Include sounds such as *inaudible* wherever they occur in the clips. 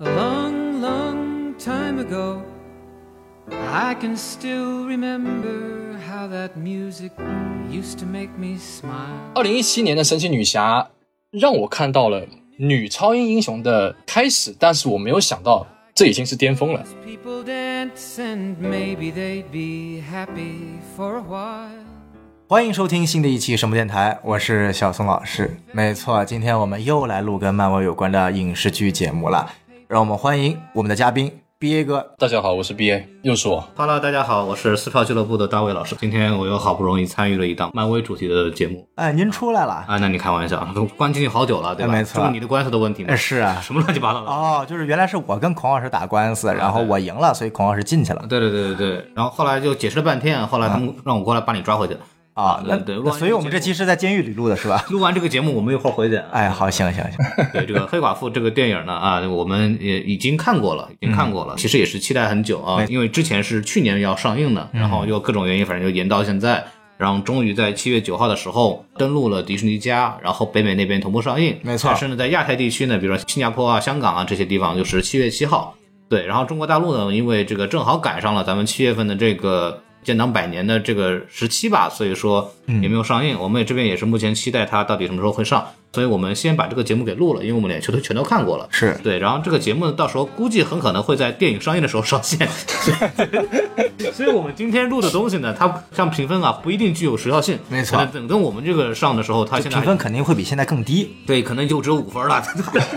A long, long time ago, I can still remember how that music used to make me smile. 二零一七年的神奇女侠让我看到了女超英英雄的开始，但是我没有想到这已经是巅峰了。 People dance and maybe they'd be happy for a while. 欢迎收听新的一期什么电台，我是小宋老师。没错，今天我们又来录跟漫威有关的影视剧节目了，让我们欢迎我们的嘉宾 B A 哥。大家好，我是 B A，又是我。 Hello，大家好，我是撕票俱乐部的大卫老师。今天我又好不容易参与了一档漫威主题的节目哎，您出来了？啊，那你开玩笑，都关进去好久了，对吧？哎没错这不你的官司的问题吗 *laughs* 哎，？是啊。什么乱七八糟的？哦，就是原来是我跟孔老师打官司，然后我赢了，所以孔老师进去了对对对对对。然后后来就解释了半天，后来他们让我过来把你抓回去。啊。那对对那录完所以我们这这个节期是在监狱里录的是 *laughs* 吧？录完这个节目，我们一会儿回去。哎，好，行行 *laughs* 行，对这个《黑寡妇》这个电影呢，啊，我们也已经看过了，已嗯经看过了，其实也是期待很久啊，因为之前是去年要上映的，然嗯后又各种原因，反正就延到现在，然后终于在七月九号的时候登陆了迪士尼家，然后北美那边同步上映，没错但是呢，在亚太地区呢，比如说新加坡啊、香港啊这些地方，就是七月七号，对，然后中国大陆呢，因为这个正好赶上了咱们七月份的这个建党百年的这个时期吧，所以说嗯也没有上映。我们也这边也是目前期待它到底什么时候会上，所以我们先把这个节目给录了，因为我们连全都全都看过了。是对，然后这个节目到时候估计很可能会在电影上映的时候上线， *laughs* 所以我们今天录的东西呢，它像评分啊不一定具有时效性，没错可能等等我们这个上的时候，它现在评还分肯定会比现在更低对可能就只有五分了。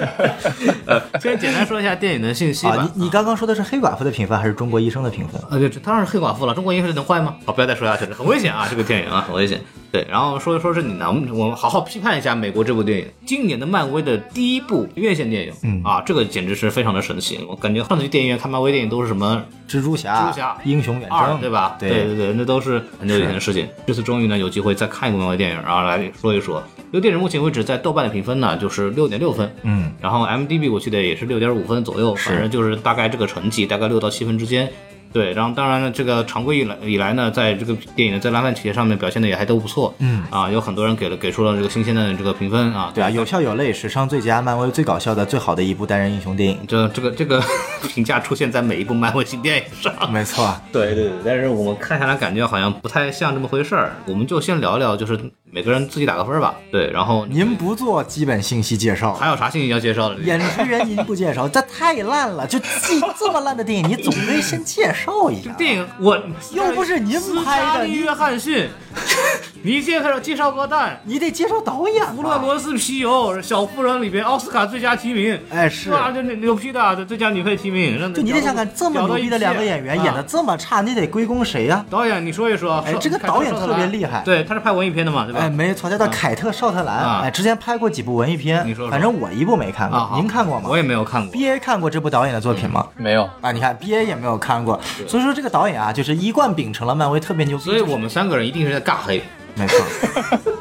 *laughs* 呃，先简单说一下电影的信息吧。啊。你你刚刚说的是黑寡妇的评分还是中国医生的评分？呃，对，这当然是黑寡妇了。中国音乐能坏吗？好，不要再说下去了，很危险啊！这个电影啊，很危险。对，然后说一说是你呢，我们我们好好批判一下美国这部电影，今年的漫威的第一部院线电影，嗯啊，这个简直是非常的神奇。我感觉上次去电影院看漫威电影都是什么蜘蛛侠、蜘蛛侠英雄远二征，，对吧？对对对，那都是很久以前的事情。这次终于呢有机会再看一部漫威电影，然后来说一说。这个电影目前为止在豆瓣的评分呢就是六点六分，嗯，然后 M D B 我记得也是六点五分左右，反正就是大概这个成绩，大概六到七分之间。对，然后当然了，这个常规以来以来呢，在这个电影的在烂番茄上面表现的也还都不错，嗯啊，有很多人给了给出了这个新鲜的这个评分啊，对啊，有笑有泪，史上最佳漫威最搞笑的最好的一部单人英雄电影。这这个这个 *laughs* 评价出现在每一部漫威新电影上，没错，对对对，但是我们看下来感觉好像不太像这么回事儿。我们就先聊聊，就是每个人自己打个分儿吧。对，然后您不做基本信息介绍，还有啥信息要介绍的？演职员您不介绍，这太烂了！就这这么烂的电影，你总得先介绍一这下。电影我 *laughs* 又不是您拍 *laughs* 的斯嘉丽约翰逊，你介绍介绍个蛋，你得介绍导演啊《弗洛吧？伦斯皮尤小妇人》里边奥斯卡最佳提名，哎，是，哇，这牛批的最佳女配提名，让就你得想想，这么牛逼的两个演员演的啊这么差，你得归功谁啊呀？导演，你说一说，哎说这个凯特导演绍特特别兰厉害对，他是拍文艺片的嘛，对吧？哎，没错，他叫凯特·绍特兰。啊哎，之前拍过几部文艺片你说，说反正我一部没看啊，过，好您看过吗我也没有看过。 ？B A 看过这部导演的作品吗？没有，啊，你看 B A 也没有看过，所以说这个导演啊，就是一贯秉承了漫威特别牛逼，所以我们三个人一定是在尬黑没错。 *laughs*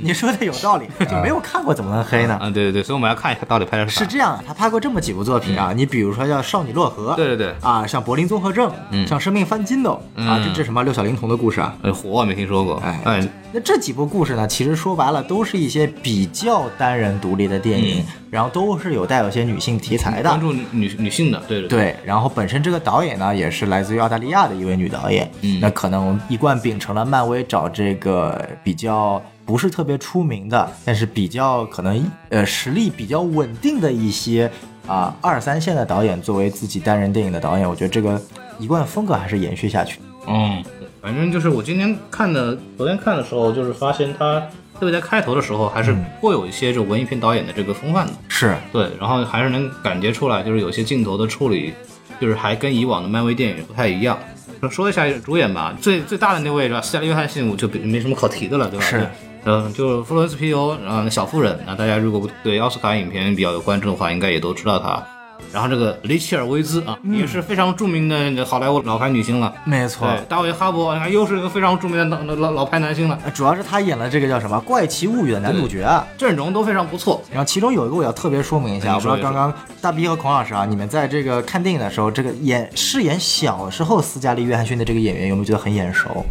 你说的有道理，就没有看过怎么能黑呢？啊！对对对，所以我们要看一下到底拍的是是啥。这样啊，他拍过这么几部作品啊，你比如说叫《少女洛河》，嗯对对对啊，像《柏林综合症》，嗯像《生命翻筋斗》啊，这这什么六小龄童的故事啊。呃，火我没听说过。哎哎，那这几部故事呢，其实说白了都是一些比较单人独立的电影，然后都是有带有一些女性题材的嗯关。注女女性的，对对对，然后本身这个导演呢，也是来自于澳大利亚的一位女导演，嗯那可能一贯秉承了漫威找这个比较不是特别出名的，但是比较可能呃实力比较稳定的一些啊、二三线的导演作为自己单人电影的导演，我觉得这个一贯风格还是延续下去。嗯，反正就是我今天看的，昨天看的时候，就是发现他特别在开头的时候，还嗯是颇有一些这文艺片导演的这个风范的。是，对，然后还是能感觉出来，就是有些镜头的处理，就是还跟以往的漫威电影不太一样。说一下主演吧，最最大的那位是吧？斯嘉丽·约翰逊，我就没什么可提的了，对吧？是就，嗯，就是弗洛伦斯·皮尤，嗯，小妇人。那大家如果对奥斯卡影片比较有关注的话，应该也都知道她。然后这个雷切尔·威兹啊，也是非常著名的好莱坞老牌女星了。没错对，大卫·哈勃，你看又是一个非常著名的老老老老牌男星了，呃主要是他演了这个叫什么《怪奇物语》的男主角啊。阵容都非常不错。然后其中有一个我要特别说明一下，哎我不你知说道刚刚大 B 和孔老师啊，你们在这个看电影的时候，这个演饰演小时候斯嘉丽·约翰逊的这个演员有没有觉得很眼熟？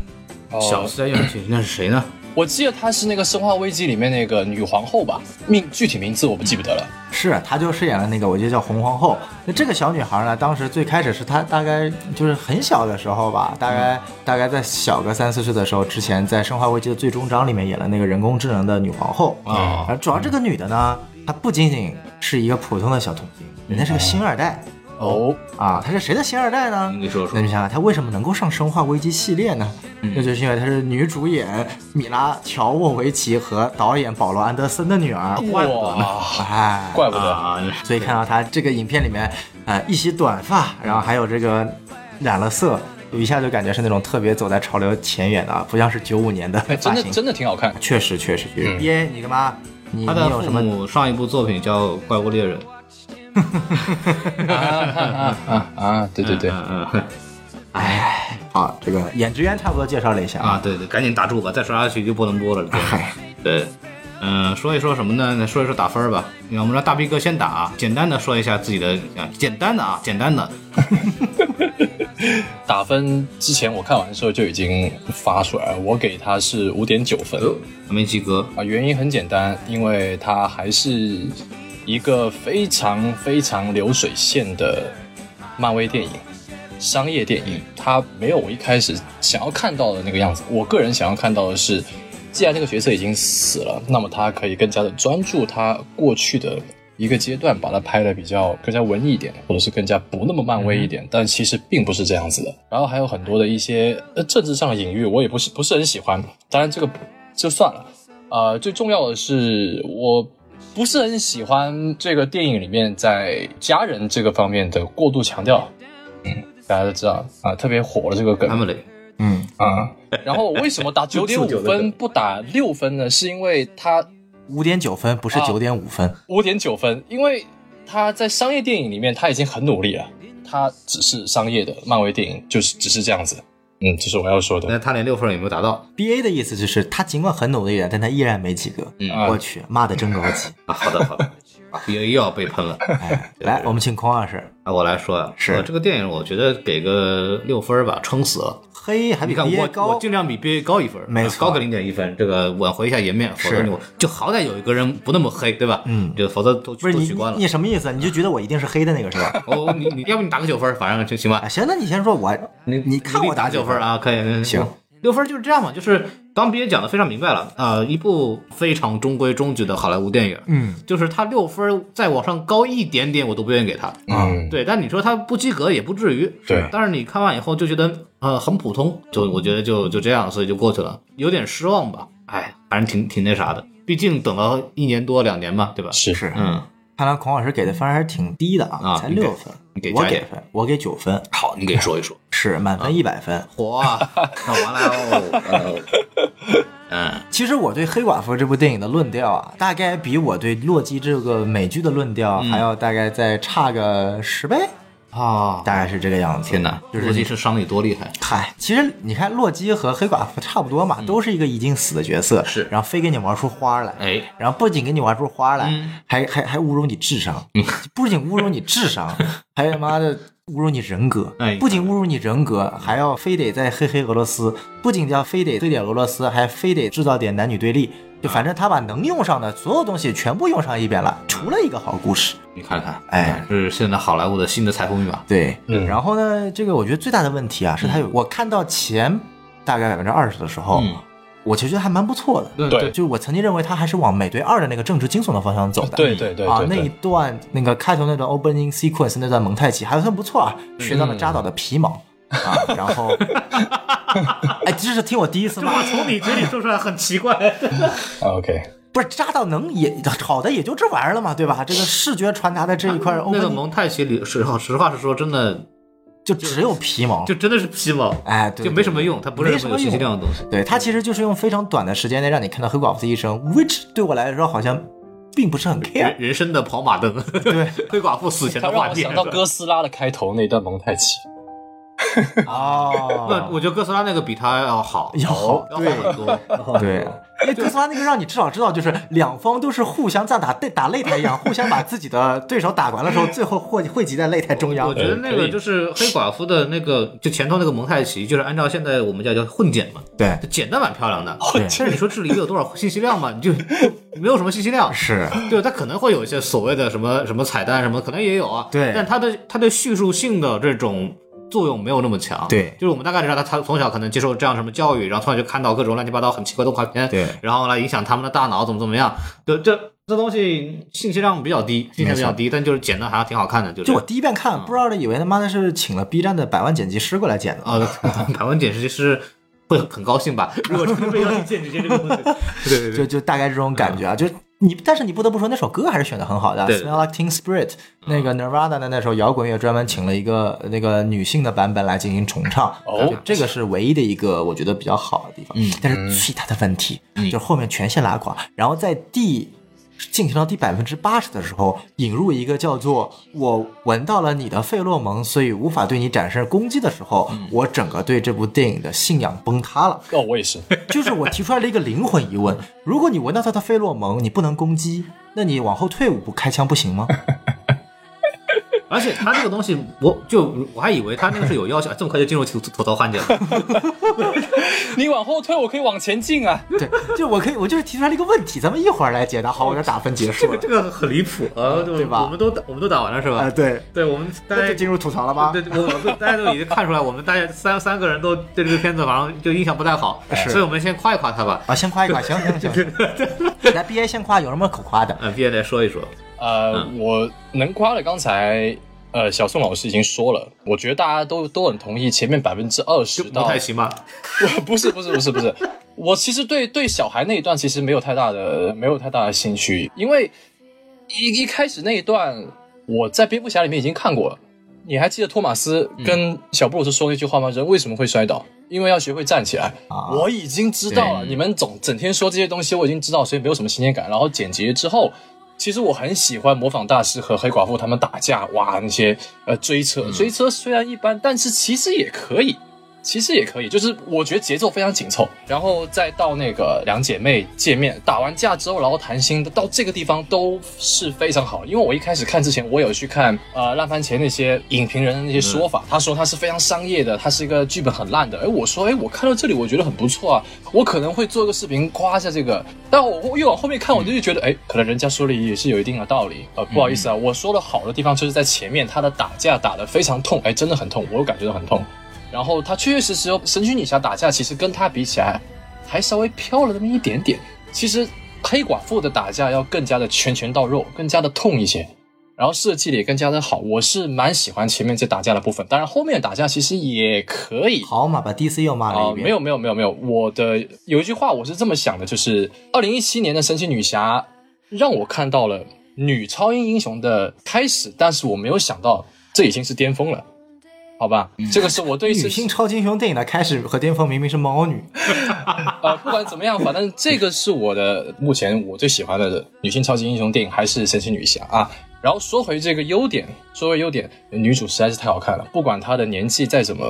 小斯嘉丽·约翰逊那是谁呢？我记得她是那个《生化危机》里面那个女皇后吧？命具体名字我不记不得了。是她就饰演了那个，我记得叫红皇后。那这个小女孩呢，当时最开始是她大概就是很小的时候吧，大概、大概在小个三四岁的时候，之前在《生化危机》的最终章里面演了那个人工智能的女皇后哦而主要这个女的呢，她不仅仅是一个普通的小童星，人家是个星二代哦，啊，她是谁的星二代呢？你说说那你想想，她为什么能够上《生化危机》系列呢？嗯那就是因为她是女主演米拉乔沃维奇和导演保罗安德森的女儿。哇，哎，怪不得，啊，所以看到她这个影片里面，呃，一袭短发，然后还有这个染了色，一下就感觉是那种特别走在潮流前沿的，啊，不像是九五年的哎，真发的型。真的挺好看。确实，确实，确实。嗯耶、你干嘛？你他你的有父什么？母上一部作品叫《怪物猎人》，啊啊啊啊！对对对，嗯嗯哎，好，这个演职员差不多介绍了一下啊，。对对，赶紧打住吧，再说下去就不能播啊了。嗨，对，对，嗯，说一说什么呢？那说一说打分儿吧。那我们让大逼哥先打啊，简单的说一下自己的，啊简单的啊，简单的。打分之前我看完的时候就已经发出来了，我给他是五点九哎分。还没及格，啊，原因很简单，因为它还是一个非常非常流水线的漫威电影，商业电影，它没有我一开始想要看到的那个样子。我个人想要看到的是，既然这个角色已经死了，那么他可以更加的专注他过去的一个阶段，把它拍的比较更加文艺一点，或者是更加不那么漫威一点。但其实并不是这样子的。然后还有很多的一些呃政治上的隐喻，我也不是不是很喜欢。当然这个就算了。呃，最重要的是，我不是很喜欢这个电影里面在家人这个方面的过度强调。嗯，大家都知道啊、特别火的这个梗他们嘞，嗯，啊、然后我为什么打九点五分不打六分呢？是因为它五点九分，不是啊九点五分。五点九分，因为他在商业电影里面他已经很努力了，他只是商业的漫威电影，就是只是这样子。嗯，这是我要说的。那他连六分儿也没有达到 B A 的意思就是他尽管很努力啊了，但他依然没及格。嗯啊我去，骂的真高 *laughs* 级。啊。好的，好的，啊，又又要被 *laughs* 喷了。哎，来，我们请孔老师。啊，我来说呀，是呃这个电影，我觉得给个六分儿吧，撑死了。嘿，还比你看 B A 我高我。尽量比 BA 高一分，啊没错高个零点一分，这个挽回一下颜面，否则是你我就好歹有一个人不那么黑，对吧？嗯就否则都不是都你取关了你。你什么意思？你就觉得我一定是黑的那个是 *laughs* 吧？哦，你你要不你打个九分，反正就行吧啊，。行，那你先说我，你你看我打九九分，啊，可以，可以行，六分就是这样嘛，就是刚毕业讲的非常明白了啊、一部非常中规中矩的好莱坞电影，嗯，就是他六分再往上高一点点，我都不愿意给他。嗯，对，但你说他不及格也不至于，对但是你看完以后就觉得呃很普通，就我觉得就就这样，所以就过去了，有点失望吧。哎，反正挺挺那啥的，毕竟等了一年多两年嘛，对吧？是是，嗯，看来孔老师给的分还是挺低的啊才你给六分你给，我加一给点分，我给九分，好，你给说一说。是满分一百分。火 *laughs* 啊，看完了哦， *laughs* 嗯，其实我对《黑寡妇》这部电影的论调啊，大概比我对《洛基》这个美剧的论调嗯还要大概再差个十倍，啊，大概是这个样子。天哪，就逻是辑是伤得多厉害，嗨，其实你看洛基和黑寡妇差不多嘛，都是一个已经死的角色，嗯是然后非给你玩出花来，哎，然后不仅给你玩出花来，嗯还还还侮辱你智商，不仅侮辱你智 *laughs* 商，还他妈的。侮辱你人格哎，不仅侮辱你人格，还要非得在黑黑俄罗斯，不仅要非得对点俄罗斯，还非得制造点男女对立，就反正他把能用上的所有东西全部用上一遍了，除了一个好故事。你看看，哎，这是现在好莱坞的新的财富密码，对，嗯然后呢，这个我觉得最大的问题啊，是它有、我看到前大概百分之二十的时候，嗯我其实觉得还蛮不错的。对对就是我曾经认为它还是往美队二的那个政治惊悚的方向走的。对对对啊，对那一对，段那个开头那段 opening sequence 那段蒙太奇还算不错啊，学到了扎导的皮毛、 *laughs* 啊，然后，哎，这是听我第一次骂，从你嘴里说出来很奇 *laughs* 怪，啊 OK，不是扎导能也好的也就这玩意儿了嘛，对吧？这个视觉传达的这一块 opening、那个蒙太奇里，实话实话实说，真的就只有皮毛，就真的是皮毛，哎，对就没什么用，它不是没什什么有么信息用量的东西。对，它其实就是用非常短的时间内让你看到黑寡妇的一生，which 对我来说好像并不是很 care 人。人生的跑马灯，对 *laughs* 黑寡妇死前他的让画我面想。到哥斯拉的开头那段蒙太奇。那哦，哦我觉得哥斯拉那个比他要好，要好要好很多。对， *laughs* 因为哥斯拉那个让你至少知道，就是两方都是互相像打擂打擂台一样，互相把自己的对手打完了之后，最后汇汇集在擂台中央我。觉得那个可以就是 *laughs* 黑寡妇的那个，就前头那个蒙太奇，就是按照现在我们叫叫混剪嘛，对，就简单版漂亮的。对但是你说这里有多少信息量嘛？你就 *laughs* 没有什么信息量。是， *laughs* 对，它可能会有一些所谓的什么什么彩蛋什么，可能也有啊。对但它的它的叙述性的这种作用没有那么强。对就是我们大概知道他他从小可能接受这样什么教育，然后从小就看到各种乱七八糟很奇怪的动画片，对然后来影响他们的大脑怎么怎么样。对，这这东西信息量比较低，信息量比较低，但就是剪的还挺好看的，就是就我第一遍看，不知道的以为他妈的是请了 B 站的百万剪辑师过来剪的。啊， *laughs* 百万剪辑师会很高兴吧？如果真的被邀请剪辑这 *laughs* 个东西，对对就对，就大概这种感觉啊，就是你，但是你不得不说那首歌还是选的很好的啊对嗯，Smell Like Teen Spirit，那个 Nirvana 的那首摇滚乐专门请了一个那个女性的版本来进行重唱，哦这个是唯一的一个我觉得比较好的地方。嗯，但是最大的问题嗯就是后面全线拉垮，然后在第。进行到第百分之八十的时候，引入一个叫做“我闻到了你的费洛蒙，所以无法对你展示攻击”的时候，嗯我整个对这部电影的信仰崩塌了。哦，我也是，就是我提出来了一个灵魂疑问：如果你闻到它的费洛蒙，你不能攻击，那你往后退五步开枪不行吗？ *laughs* 而且他这个东西，我就我还以为他那个是有要求，这么快就进入吐吐槽环节了。你往后退，我可以往前进啊。对，就我可以，我就是提出来了一个问题，咱们一会儿来解答。好，我这打分结束了。这个很离谱啊，对嗯吧我们都打我们都打完了是吧？呃，对，对，我们大那家就进入吐槽了吧对，？对我们大家都已经看出来，我们大家三三个人都对这个片子好像就印象不太好，是所以我们先夸一夸他吧。啊，先夸一夸，行行 *laughs* 行，来 B A 先夸，有什么可夸的？嗯，毕业来说一说，呃，我能夸的刚才呃小宋老师已经说了，我觉得大家都都很同意前面百分之二十就到蒙太奇嘛，我 *laughs* 不是不是不是不是，我其实对对小孩那一段其实没有太大的没有太大的兴趣，因为一一开始那一段我在蝙蝠侠里面已经看过了。你还记得托马斯跟小布鲁斯说那句话吗？人为什么会摔倒？因为要学会站起来。啊我已经知道了，对你们总整天说这些东西，我已经知道，所以没有什么新鲜感。然后剪辑之后，其实我很喜欢模仿大师和黑寡妇他们打架，哇，那些呃追车，追车虽然一般，但是其实也可以。其实也可以，就是我觉得节奏非常紧凑，然后再到那个两姐妹见面打完架之后，然后谈心的，到这个地方都是非常好。因为我一开始看之前，我有去看呃烂番茄那些影评人的那些说法，他说他是非常商业的，他是一个剧本很烂的。哎，我说哎，我看到这里我觉得很不错啊，我可能会做个视频夸一下这个。但我越往后面看，我就觉得哎，可能人家说的也是有一定的道理。呃，不好意思啊，我说的好的地方就是在前面他的打架打得非常痛，哎，真的很痛，我有感觉到很痛。然后他确确实实神奇女侠打架，其实跟他比起来，还稍微飘了那么一点点。其实黑寡妇的打架要更加的拳拳到肉，更加的痛一些，然后设计的也更加的好。我是蛮喜欢前面这打架的部分，当然后面打架其实也可以。好嘛，把 D C 又骂了啊、一遍。没有没有没有没有，我的有一句话我是这么想的，就是二零一七年的神奇女侠让我看到了女超英英雄的开始，但是我没有想到这已经是巅峰了，好吧？这个是我对嗯女神奇性超级英雄电影的开始和巅峰明明是猫女，呃，不管怎么样，反正这个是我的目前我最喜欢的女性超级英雄电影，还是神奇女侠啊。然后说回这个优点，说回优点，女主实在是太好看了，不管她的年纪再怎么，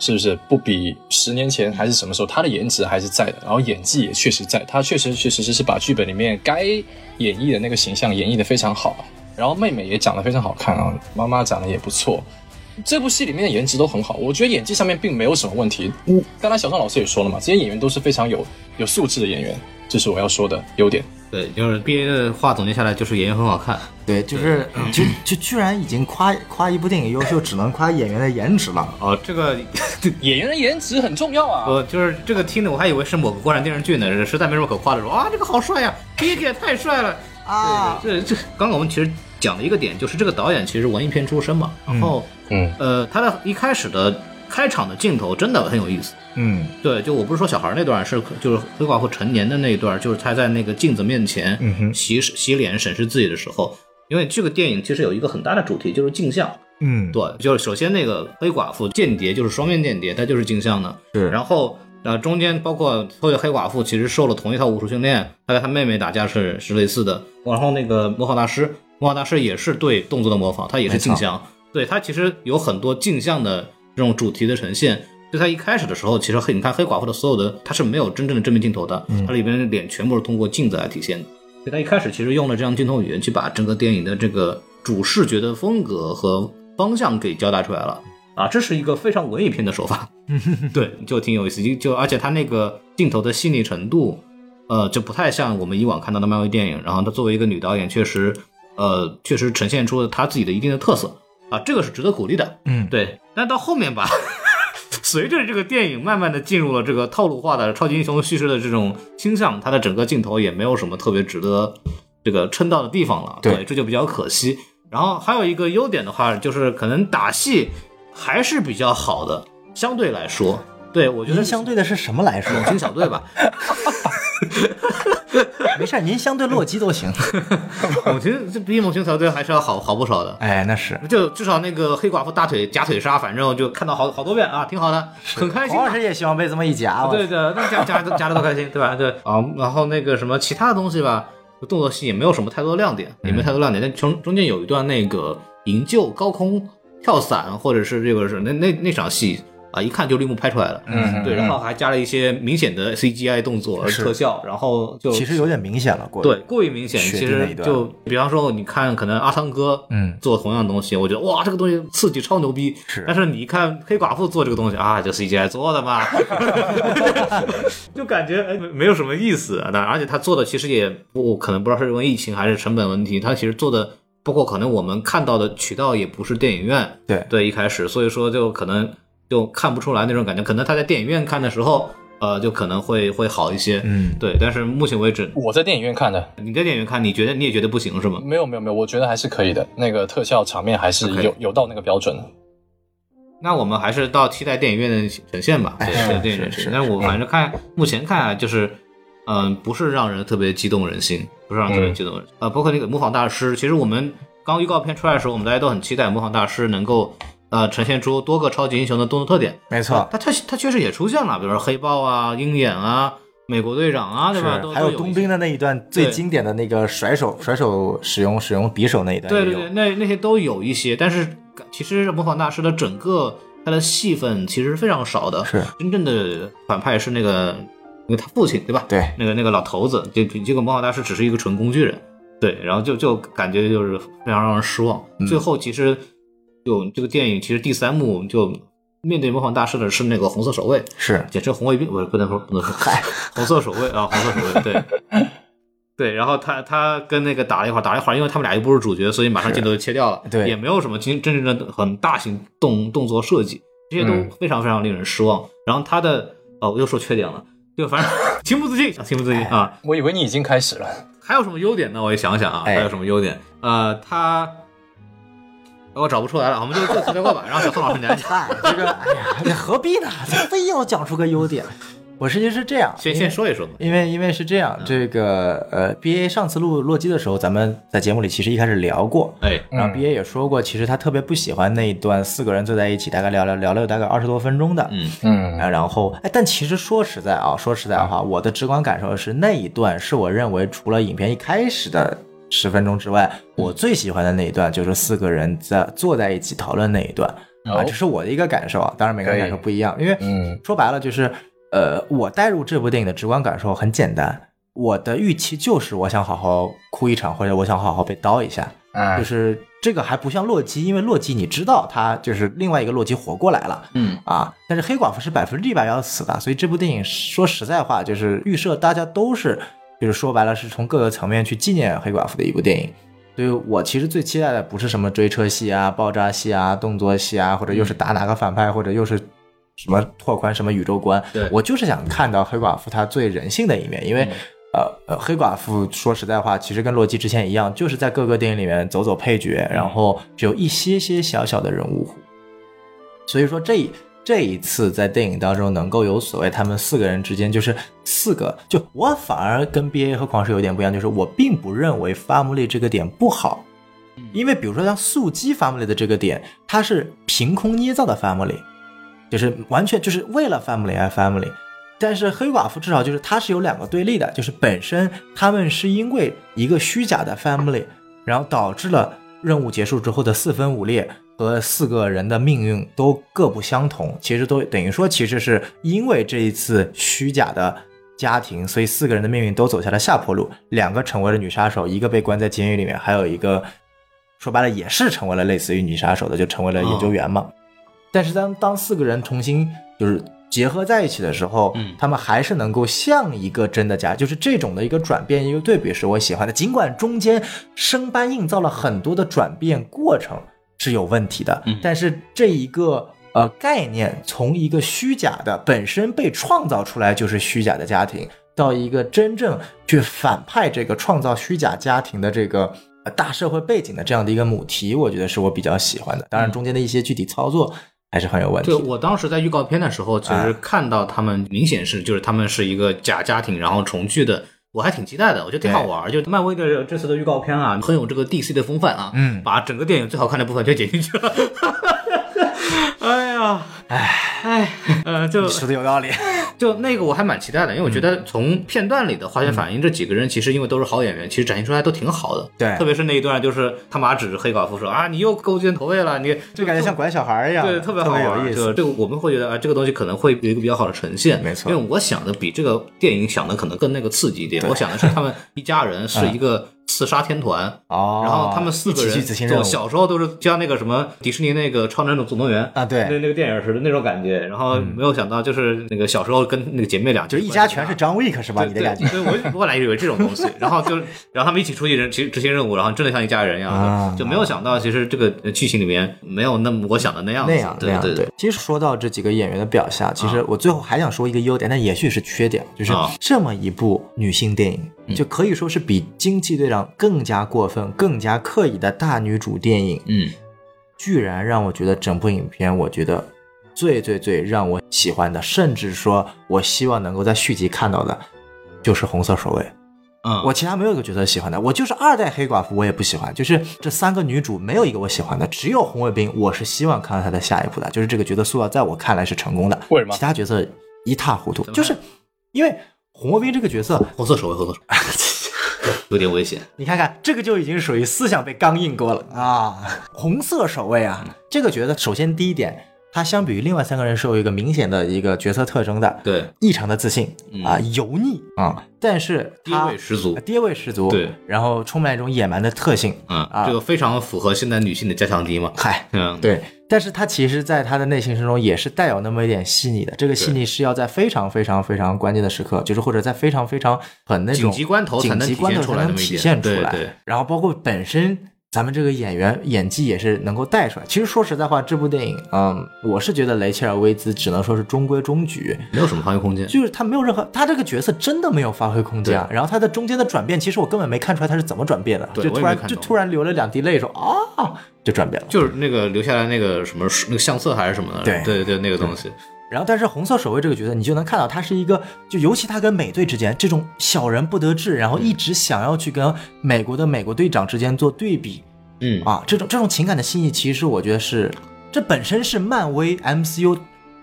是不是不比十年前还是什么时候，她的颜值还是在的，然后演技也确实在，她确实确实是把剧本里面该演绎的那个形象演绎的非常好。然后妹妹也长得非常好看啊，妈妈长得也不错，这部戏里面的颜值都很好，我觉得演技上面并没有什么问题。嗯，刚才小宋老师也说了嘛，这些演员都是非常有有素质的演员，这是我要说的优点。对，就是毕业的话总结下来就是演员很好看，对，就是就就居然已经夸夸一部电影优秀，只能夸演员的颜值了。哦，这个演员的颜值很重要啊！我就是这个听的，我还以为是某个国产电视剧呢，实在没什么可夸的，说啊这个好帅呀，毕业也太帅了啊对，这这刚刚我们其实讲了一个点，就是这个导演其实文艺片出身嘛，然后、嗯，呃他的一开始的开场的镜头真的很有意思。嗯对，就我不是说小孩那段，是就是黑寡妇成年的那一段，就是他在那个镜子面前嗯哼洗洗脸审视自己的时候，因为这个电影其实有一个很大的主题就是镜像。嗯，对，就是首先那个黑寡妇间谍就是双面间谍，她就是镜像的。是然后呃中间包括所有的黑寡妇其实受了同一套武术训练，她跟她妹妹打架是是类似的。然后那个魔法大师，魔法大师也是对动作的模仿，他也是镜像。对他其实有很多镜像的这种主题的呈现，就他一开始的时候，其实黑你看黑寡妇的所有的，它是没有真正的正面镜头的，它里边的脸全部是通过镜子来体现的。所以他一开始其实用了这样镜头语言去把整个电影的这个主视觉的风格和方向给交代出来了啊，这是一个非常文艺片的手法， *laughs* 对，就挺有意思，就就而且他那个镜头的细腻程度，呃，就不太像我们以往看到的漫威电影。然后她作为一个女导演，确实，呃，确实呈现出了她自己的一定的特色啊，这个是值得鼓励的。嗯对。但到后面吧， *laughs* 随着这个电影慢慢的进入了这个套路化的超级英雄叙事的这种倾向，它的整个镜头也没有什么特别值得这个称道的地方了。对这就比较可惜。然后还有一个优点的话，就是可能打戏还是比较好的，相对来说，对我觉得您相对的是什么 *laughs* 来说？猛禽小队吧，没事儿，您相对洛基都行。猛禽这比猛禽小队还是要好好不少的。 *laughs* 哎，那是就至少那个黑寡妇大腿夹腿杀，反正我就看到好好多遍啊，挺好的，很开心黄啊、老师也希望被这么一夹。啊我对对，那夹夹夹的多开心，对吧？对啊，然后那个什么其他的东西吧，动作戏也没有什么太多亮点，也没有太多亮点。但中中间有一段那个营救高空跳伞，或者是这个是那那那场戏啊，一看就绿幕拍出来了。嗯对，然后还加了一些明显的 CGI 动作是特效，然后就其实有点明显了，过于对，过于明显。雪其地那实一段就比方说，你看可能阿汤哥，嗯做同样的东西，我觉得哇，这个东西刺激超牛逼。是但是你一看黑寡妇做这个东西啊，就 CGI 做的嘛， *laughs* 就感觉哎没有什么意思。那而且他做的其实也不可能不知道是因为疫情还是成本问题，他其实做的包括可能我们看到的渠道也不是电影院，对对，一开始，所以说就可能就看不出来那种感觉，可能他在电影院看的时候，呃，就可能会会好一些，嗯对。但是目前为止，我在电影院看的，你在电影院看，你觉得你也觉得不行是吗？没有没有没有，我觉得还是可以的，那个特效场面还是 OK 有有到那个标准的。那我们还是到期待电影院的呈现哎吧，对，对电影院呈现。但是我反正看目前看啊，就是，嗯，不是让人特别激动人心，不是让人特别激动人嗯心。呃，包括那个《模仿大师》，其实我们刚预告片出来的时候，我们大家都很期待《模仿大师》能够呃呈现出多个超级英雄的动作特点。没错它它它确实也出现了，比如说黑豹啊、鹰眼啊、美国队长啊，对吧？都还有都冬一些兵的那一段最对经典的那个甩手甩手使用使用匕首那一段也对有，对对，那那些都有一些，但是其实模仿大师的整个他的戏份其实是非常少的，是真正的反派是那个那个他父亲对吧？对那个那个老头子，这这个模仿大师只是一个纯工具人，对，然后就就感觉就是非常让人失望。嗯最后其实就这个电影其实第三幕就面对模仿大师的是那个红色守卫，是简称红卫兵，不是不能说不能说， *laughs* 红色守卫啊，红色守卫，对对。然后他他跟那个打了一会儿，打了一会儿，因为他们俩又不是主角，所以马上镜头就切掉了，对也没有什么真真正的很大型动动作设计，这些都嗯非常非常令人失望。然后他的哦，我又说缺点了，就反正情不自禁，情不自禁啊。我以为你已经开始了，还有什么优点呢？我也想想啊，哎还有什么优点？呃，他。我找不出来了，我们就各自略过吧。然后小宋老师你来讲，嗨，这 *laughs* 个哎呀，你何必呢？ *laughs* 非要讲出个优点？我实际是这样，先因为先说一说吧。因为因为是这样，这个呃，B A 上次录洛基的时候，咱们在节目里其实一开始聊过，哎，然嗯后 B A 也说过，其实他特别不喜欢那一段四个人坐在一起，大概聊聊聊了有大概二十多分钟的，嗯嗯啊，然后哎，但其实说实在啊，说实在话，我的直观感受是那一段是我认为除了影片一开始的十分钟之外，我最喜欢的那一段就是四个人在坐在一起讨论那一段啊，哦这是我的一个感受啊，当然每个人可以感受不一样，因为嗯说白了就是呃，我带入这部电影的直观感受很简单，我的预期就是我想好好哭一场，或者我想好好被刀一下，就啊是这个还不像洛基，因为洛基你知道他就是另外一个洛基活过来了。嗯，啊，但是黑寡妇是百分之一百要死的，所以这部电影说实在话，就是预设大家都是，就是说白了是从各个层面去纪念黑寡妇的一部电影。所以我其实最期待的不是什么追车戏啊、爆炸戏啊、动作戏啊，或者又是打哪个反派，或者又是什么拓宽什么宇宙观对。我就是想看到黑寡妇她最人性的一面，因为、呃呃，黑寡妇说实在话，其实跟洛基之前一样，就是在各个电影里面走走配角，然后只有一些些小小的人物弧所以说这一这一次在电影当中能够有所谓他们四个人之间就是四个，就我反而跟 B A 和狂狮有点不一样，就是我并不认为 Family 这个点不好，因为比如说像速激 Family 的这个点，它是凭空捏造的 Family，就是完全就是为了 Family 而 Family。但是黑寡妇至少就是它是有两个对立的，就是本身他们是因为一个虚假的 Family，然后导致了任务结束之后的四分五裂和四个人的命运都各不相同，其实都等于说，其实是因为这一次虚假的家庭，所以四个人的命运都走下了下坡路，两个成为了女杀手，一个被关在监狱里面，还有一个说白了也是成为了类似于女杀手的，就成为了研究员嘛。但是当当四个人重新就是结合在一起的时候，嗯他们还是能够像一个真的家，就是这种的一个转变，一个对比是我喜欢的。尽管中间生搬硬造了很多的转变过程是有问题的，嗯但是这一个呃概念从一个虚假的本身被创造出来就是虚假的家庭，到一个真正去反派这个创造虚假家庭的这个呃大社会背景的这样的一个母题，我觉得是我比较喜欢的。当然，中间的一些具体操作还是很有问题对，的。我当时在预告片的时候，其实看到他们明显是就是他们是一个假家庭，然后重聚的，我还挺期待的，我觉得挺好玩儿。就漫威的这次的预告片啊，很有这个 DC 的风范啊，嗯把整个电影最好看的部分全剪进去 *laughs* 了。哎呀，哎哎，呃，*laughs* 就你说的有道理，就那个我还蛮期待的，因为我觉得从片段里的化学反应，这几个人其实因为都是好演员，其实展现出来都挺好的。对特别是那一段就是他妈指着黑寡妇说啊，你又勾肩投喂了，你就感觉像管小孩儿一样，对，特特别好玩儿。有意就是思。这个我们会觉得啊，这个东西可能会有一个比较好的呈现。没错因为我想的比这个电影想的可能更那个刺激一点。我想的是他们一家人是一个刺杀天团。嗯哦，然后他们四个一起人去执行任就务小时候都是像那个什么迪士尼那个《超能总动员》啊对那那个电影似的那种感觉。然后没有想到就是那个小时候跟那个姐妹俩嗯就是一家全是张 Wick 是吧？你的感觉对，对我我本来以为这种东西， *laughs* 然后就然后他们一起出去人执执行任务，然后真的像一家人一样的，啊就没有想到其实这个呃剧情里面没有那么我想的那样子那样那对样对。其实说到这几个演员的表现，其实我最后还想说一个优点，但也许是缺点，就是啊嗯这么一部女性电影，就可以说是比《惊奇队长》更加过分、更加刻意的大女主电影，嗯，居然让我觉得整部影片，我觉得最最最让我喜欢的，甚至说我希望能够在续集看到的，就是红色守卫。嗯，我其他没有一个角色喜欢的，我就是二代黑寡妇，我也不喜欢。就是这三个女主没有一个我喜欢的，只有红卫兵，我是希望看到她的下一步的。就是这个角色塑造，在我看来是成功的，为什么其他角色一塌糊涂。么就是因为红卫兵这个角色，红色守卫，红色守卫， *laughs* 有点危险。你看看，这个就已经属于思想被刚硬过了啊！红色守卫嗯啊，这个角色首先第一点，他相比于另外三个人是有一个明显的一个角色特征的，对，异常的自信啊、嗯油腻啊、但是地他位十足呃。爹味十足，对，然后充满一种野蛮的特性，嗯，啊这个非常符合现代女性的加强敌嘛。嗨，嗯，对。但是他其实，在他的内心深中也是带有那么一点细腻的，这个细腻是要在非常非常非常关键的时刻，就是或者在非常非常很那种紧急关头才能紧急关头才能体体现现出出来那么一点来，对对然后包括本身咱们这个演员演技也是能够带出来。其实说实在话，这部电影，嗯，我是觉得雷切尔·威兹只能说是中规中矩，没有什么发挥空间。就是他没有任何，他这个角色真的没有发挥空间啊。然后他的中间的转变，其实我根本没看出来他是怎么转变的，对就我突也没然看就懂突然流了两滴泪说啊，就转变了。就是那个留下来那个什么那个相册还是什么的，对对对，那个东西，然后，但是红色守卫这个角色，你就能看到他是一个，就尤其他跟美队之间这种小人不得志，然后一直想要去跟美国的美国队长之间做对比嗯，啊，这种这种情感的心意，其实我觉得是这本身是漫威 MCU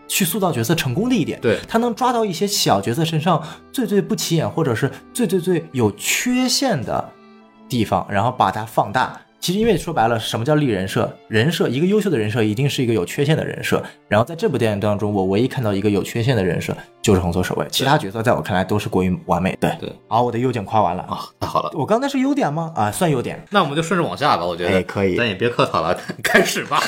去塑造角色成功的一点。对他能抓到一些小角色身上最最不起眼或者是最最最有缺陷的地方，然后把它放大。其实，因为说白了，什么叫立人设？人设，一个优秀的人设一定是一个有缺陷的人设。然后在这部电影当中，我唯一看到一个有缺陷的人设就是红色守卫，其他角色在我看来都是过于完美。对对，好，我的优点夸完了啊，啊，太好了。我刚才是优点吗？啊，算优点，那我们就顺着往下吧，我觉得哎可以咱也别客套了， *laughs* 开始 *laughs* 吧。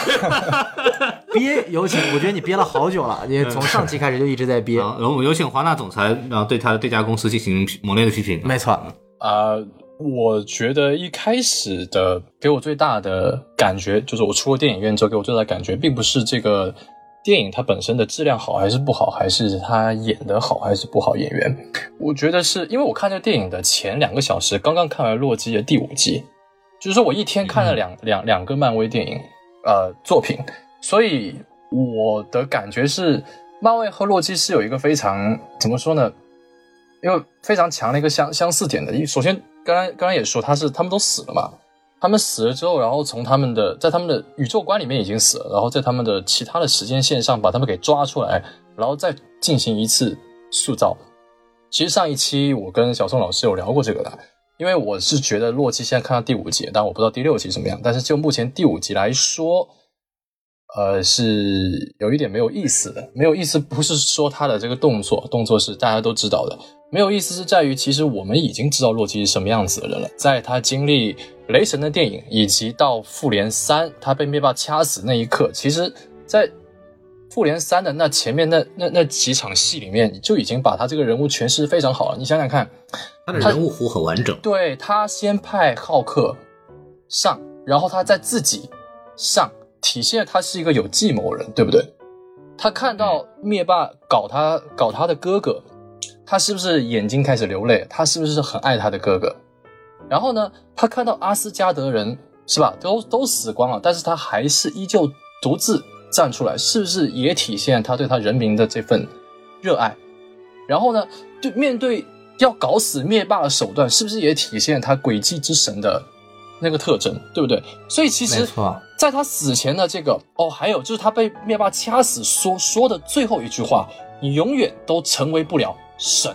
憋有请，我觉得你憋了好久了，嗯你从上期开始就一直在憋。啊，然后我们有请华纳总裁，然后对他的这家公司进行批猛烈的批评。没错，啊、我觉得一开始的给我最大的感觉，就是我出了电影院之后给我最大的感觉，并不是这个电影它本身的质量好还是不好，还是它演的好还是不好，演员，我觉得是因为我看这个电影的前两个小时，刚刚看完《洛基》的第五集，就是说我一天看了两、两两个漫威电影，呃，作品，所以我的感觉是，漫威和洛基是有一个非常怎么说呢？因为非常强的一个相相似点的。因为首先，刚刚刚刚也说他是他们都死了嘛，他们死了之后，然后从他们的在他们的宇宙观里面已经死了，然后在他们的其他的时间线上把他们给抓出来，然后再进行一次塑造。其实上一期我跟小宋老师有聊过这个的，因为我是觉得洛基现在看到第五集，但我不知道第六集怎么样。但是就目前第五集来说，呃，是有一点没有意思的。没有意思不是说他的这个动作，动作是大家都知道的。没有意思是在于，其实我们已经知道洛基是什么样子的人了。在他经历雷神的电影，以及到复联三他被灭霸掐死那一刻，其实，在复联三的那前面那那那几场戏里面，就已经把他这个人物诠释非常好了。你想想看。他的人物弧很完整，对他先派浩克上，然后他再自己上，体现他是一个有计谋人，对不对？他看到灭霸搞他搞他的哥哥，他是不是眼睛开始流泪？他是不是很爱他的哥哥？然后呢，他看到阿斯加德人是吧，都都死光了，但是他还是依旧独自站出来，是不是也体现他对他人民的这份热爱？然后呢，就面对要搞死灭霸的手段，是不是也体现他诡计之神的那个特征，对不对？所以其没实错，在他死前的这个哦，还有就是他被灭霸掐死说说的最后一句话，你永远都成为不了神，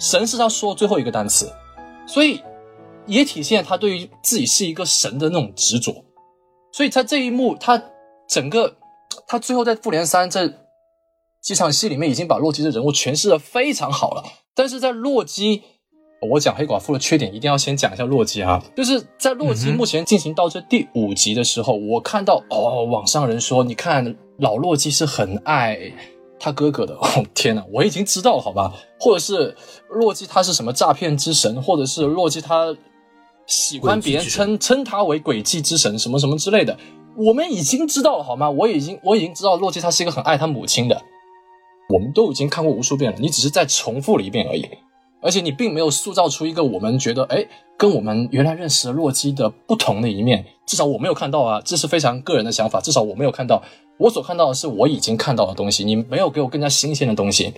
神是他说的最后一个单词，所以也体现他对于自己是一个神的那种执着。所以在这一幕，他整个他最后在复联三这几场戏里面，已经把洛基的人物诠释的非常好了。但是在洛基，我讲黑寡妇的缺点，一定要先讲一下洛基啊，就是在洛基嗯哼目前进行到这第五集的时候，我看到哦，网上人说，你看老洛基是很爱。他哥哥的， *laughs* 哦天哪，我已经知道了，好吧？或者是洛基他是什么诈骗之神，或者是洛基他喜欢别人诡计之称称他为诡计之神，什么什么之类的，我们已经知道了好吗？我已经我已经知道洛基他是一个很爱他母亲的，我们都已经看过无数遍了，你只是再重复了一遍而已。而且你并没有塑造出一个我们觉得哎跟我们原来认识的洛基的不同的一面，至少我没有看到啊，这是非常个人的想法，至少我没有看到。我所看到的是我已经看到的东西，你没有给我更加新鲜的东西。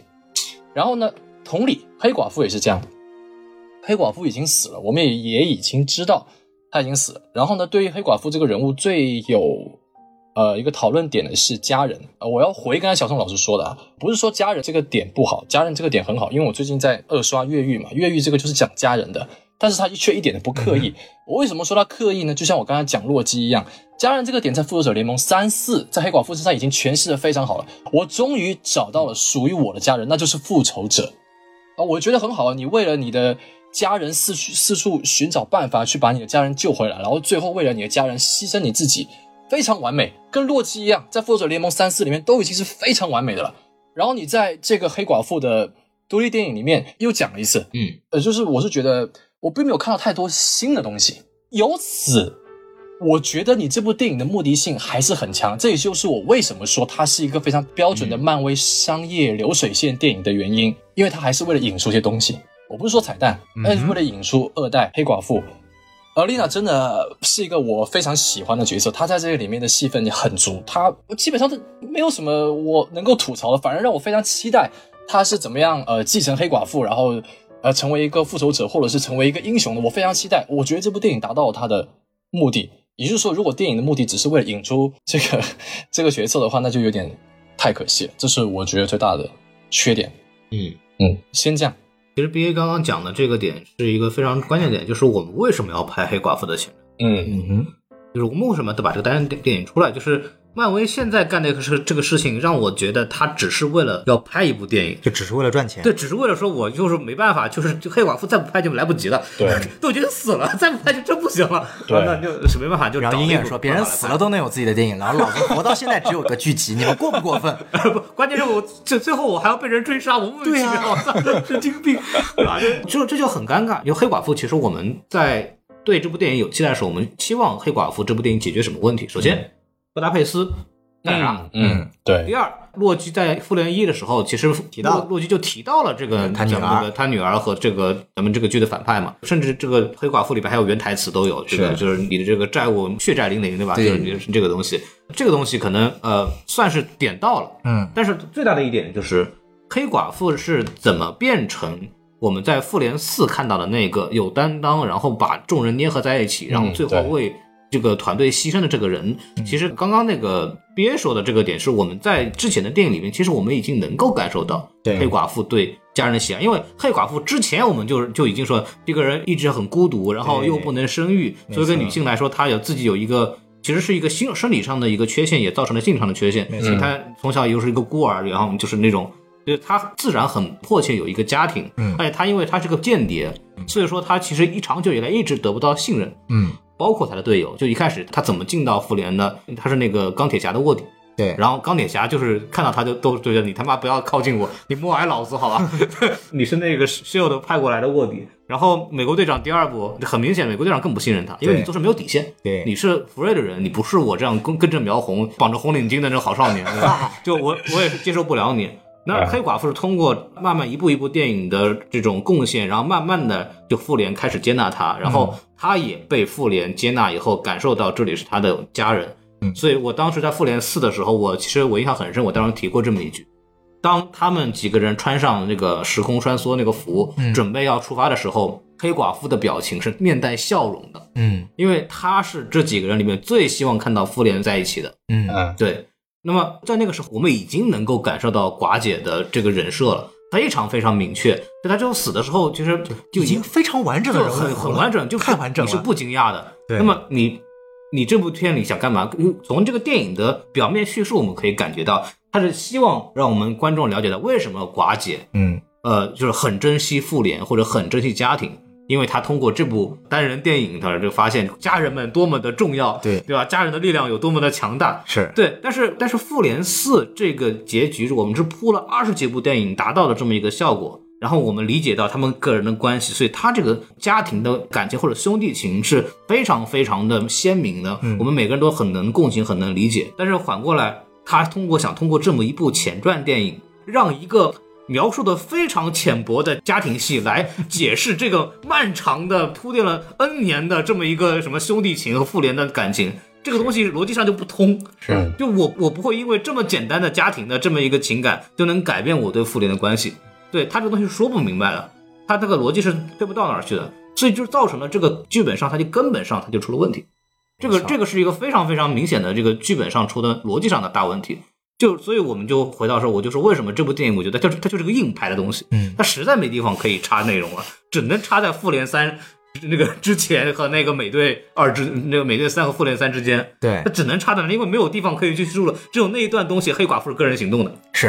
然后呢，同理，黑寡妇也是这样，黑寡妇已经死了，我们也也已经知道她已经死了。然后呢，对于黑寡妇这个人物最有呃一个讨论点的是家人。呃，我要回刚才小宋老师说的啊，不是说家人这个点不好，家人这个点很好，因为我最近在二刷越狱嘛，越狱这个就是讲家人的。但是他却一点都不刻意。我为什么说他刻意呢？就像我刚才讲洛基一样，家人这个点在《复仇者联盟三四》在黑寡妇身上已经诠释的非常好了。我终于找到了属于我的家人，那就是复仇者。啊，我觉得很好啊！你为了你的家人四处四处寻找办法去把你的家人救回来，然后最后为了你的家人牺牲你自己，非常完美，跟洛基一样，在复仇者联盟三四里面都已经是非常完美的了。然后你在这个黑寡妇的独立电影里面又讲了一次，嗯，呃，就是我是觉得我并没有看到太多新的东西，由此我觉得你这部电影的目的性还是很强，这也就是我为什么说它是一个非常标准的漫威商业流水线电影的原因，因为它还是为了引出一些东西。我不是说彩蛋，而是为了引出二代黑寡妇。而丽娜真的是一个我非常喜欢的角色，她在这个里面的戏份也很足，她基本上都没有什么我能够吐槽的，反而让我非常期待她是怎么样呃继承黑寡妇，然后呃成为一个复仇者，或者是成为一个英雄的，我非常期待。我觉得这部电影达到了它的目的，也就是说，如果电影的目的只是为了引出这个这个角色的话，那就有点太可惜了，这是我觉得最大的缺点。嗯，嗯，先这样。其实 B A 刚刚讲的这个点是一个非常关键点，就是我们为什么要拍黑寡妇的前传，嗯嗯哼，就是我们为什么得把这个单人电电影出来，就是漫威现在干这个事这个事情，让我觉得他只是为了要拍一部电影。就只是为了赚钱。对，只是为了说，我就是没办法，就是就黑寡妇再不拍就来不及了，对， *laughs* 都已经死了，再不拍就真不行了，啊对那就是没办法，就然后找鹰一眼部说：“办别人法来死拍了都能有自己的电影，然后老子活到现在只有个剧集，你们过不过 *laughs* 分？不，关键是 *laughs* 我最最后我还要被人追杀，我莫名其妙，我操，神经 *laughs* 病，啊，就这就很尴尬。因为黑寡妇，其实我们在对这部电影有期待的时候，我们期望黑寡妇这部电影解决什么问题？首先，布达佩斯干啥？嗯，对第，二，洛基在复联一的时候，其实提到洛基就提到了这个他女儿咱们这个他女儿和这个咱们这个剧的反派嘛，甚至这个黑寡妇里边还有原台词都有，这个是就是你的这个债务血债淋淋，对吧？对就是你这个东西，这个东西可能呃算是点到了，嗯，但是最大的一点就是黑寡妇是怎么变成。我们在复联四看到的那个有担当，然后把众人捏合在一起，然嗯后最后对为这个团队牺牲的这个人，其实刚刚那个 B A 说的这个点，是我们在之前的电影里面，其实我们已经能够感受到对黑寡妇对家人的喜爱，因为黑寡妇之前我们就就已经说这个人一直很孤独，然后对又不能生育，作为一个没错女性来说，她有自己有一个。其实是一个心生理上的一个缺陷，也造成了性上的缺陷。没所以她从小又是一个孤儿，然后就是那种，就是她自然很迫切有一个家庭。嗯而且她因为她是个间谍，所以说她其实一长久以来一直得不到信任。嗯，包括他的队友，就一开始他怎么进到复联的？他是那个钢铁侠的卧底，对，然后钢铁侠就是看到他就都觉得你他妈不要靠近我，你莫挨老子 *laughs* 好吧？你是那个 Shield 派过来的卧底。然后美国队长第二部很明显，美国队长更不信任他，因为对你做事没有底线，对你是福瑞的人，你不是我这样跟跟着苗红绑着红领巾的那种好少年，对吧就我我也是接受不了你。那黑寡妇是通过慢慢一步一步电影的这种贡献，然后慢慢的就复联开始接纳他，然后他也被复联接纳以后，感受到这里是他的家人，所以我当时在复联四的时候，我其实我印象很深，我当时提过这么一句：当他们几个人穿上那个时空穿梭那个服，准备要出发的时候，黑寡妇的表情是面带笑容的，嗯因为她是这几个人里面最希望看到复联在一起的。嗯嗯对，那么在那个时候，我们已经能够感受到寡姐的这个人设了，非常非常明确。就她最后死的时候，其实就已经非常完整的就人物很了很完整，就是太完整你是了。不惊讶的。对那么你你这部片里想干嘛？嗯从这个电影的表面叙述，我们可以感觉到，他是希望让我们观众了解到为什么寡姐嗯，呃，就是很珍惜复联或者很珍惜家庭，因为他通过这部单人电影，他就发现家人们多么的重要，对对吧？家人的力量有多么的强大，是对，但是但是复联四这个结局，我们是铺了二十几部电影达到了这么一个效果，然后我们理解到他们个人的关系，所以他这个家庭的感情或者兄弟情是非常非常的鲜明的，我们每个人都很能共情，很能理解。但是反过来，他通过想通过这么一部前传电影，让一个。描述的非常浅薄的家庭戏来解释这个漫长的铺垫了 N 年的这么一个什么兄弟情和复联的感情，这个东西逻辑上就不通。嗯是就我我不会因为这么简单的家庭的这么一个情感就能改变我对复联的关系。对他这个东西说不明白了，他这个逻辑是推不到哪儿去的，所以就造成了这个剧本上，它就根本上它就出了问题。这个没错这个是一个非常非常明显的这个剧本上出的逻辑上的大问题。就所以我们就回到说，我就说为什么这部电影我觉得它就是它就是个硬拍的东西，嗯它实在没地方可以插内容了，只能插在复联三那个之前和那个美队二之那个美队三和复联三之间。 *laughs* 对他，只能插在那，因为没有地方可以去叙述了，只有那一段东西黑寡妇是个人行动的。 *laughs* 是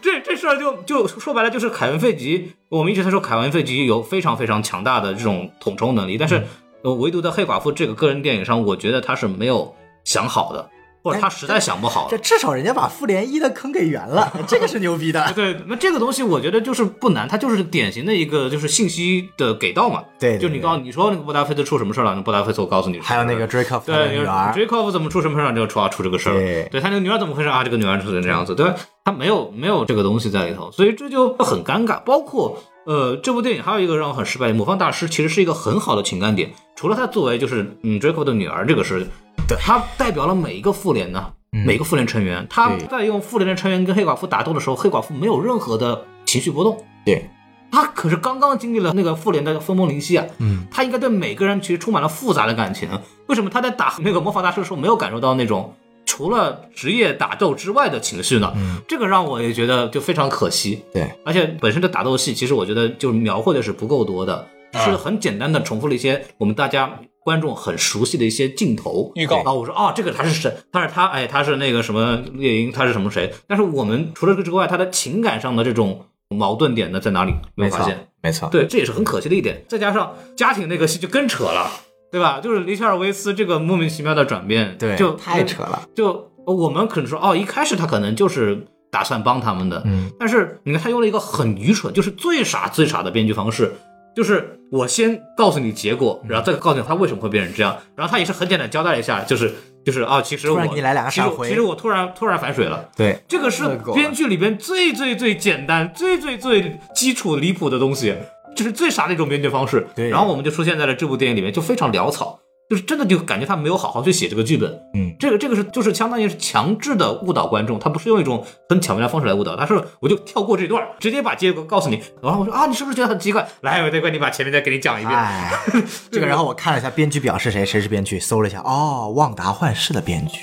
这这事儿就就说白了，就是凯文·费吉，我们一直在说凯文·费吉有非常非常强大的这种统筹能力，但是、嗯呃唯独在黑寡妇这个个人电影上，我觉得他是没有想好的，或者他实在想不好 *laughs* 哎这至少人家把复联一的坑给圆了，这个是牛逼的。对，那这个东西我觉得就是不难，它就是典型的一个就是信息的给到嘛。 *laughs* 对对就你对告诉你说那个布达佩斯出什么事儿了，那布达佩斯我告诉你。还有那个 Dracov 的女对儿 d r a c o 怎么出什么事儿，就出啊出这个事儿了。对对他那个女儿怎么回事啊？这个女儿出成这样子，对吧？他没有没有这个东西在里头，所以这就很尴尬。包括呃，这部电影还有一个让我很失败，《魔方大师》其实是一个很好的情感点，除了他作为就是嗯 d r a c o 的女儿这个事，对他代表了每一个复联呢，每个复联成员，他对在用复联的成员跟黑寡妇打斗的时候，黑寡妇没有任何的情绪波动，对，他可是刚刚经历了那个复联的分崩离析啊，嗯，他应该对每个人其实充满了复杂的感情。为什么他在打那个魔法大师的时候没有感受到那种除了职业打斗之外的情绪呢？嗯，这个让我也觉得就非常可惜。对，而且本身的打斗戏，其实我觉得就是描绘的是不够多的，只嗯是很简单的重复了一些我们大家观众很熟悉的一些镜头预告啊。我说啊、这个他是谁？他是他，哎，他是那个什么猎鹰，他是什么谁？但是我们除了这个之外，他的情感上的这种矛盾点呢在哪里？没没有发错现。，没错，对，这也是很可惜的一点。再加上家庭那个戏就更扯了，对吧？就是雷切尔维斯这个莫名其妙的转变，对，就太扯了。就我们可能说，哦，一开始他可能就是打算帮他们的，嗯，但是你看他用了一个很愚蠢，就是最傻最傻的编剧方式，就是我先告诉你结果，然后再告诉你他为什么会变成这样，然后他也是很简单交代了一下，就是就是啊，其实突我然给你来两个其实闪回其实我突然突然反水了。对，这个是恶狗啊编剧里边最最最简单、最最最基础离谱的东西，这是最傻的一种编剧方式。对然后我们就出现在了这部电影里面，就非常潦草。就是真的就感觉他没有好好去写这个剧本。嗯，这个这个是就是相当于是强制的误导观众，他不是用一种很巧妙的方式来误导，他是我就跳过这段，直接把结果告诉你，然后我说啊，你是不是觉得很奇怪？来，我再给你把前面再给你讲一遍。 *laughs* 哎，这个，然后我看了一下编剧表是谁，谁是编剧，搜了一下，哦，旺达幻视的编 *laughs* 剧，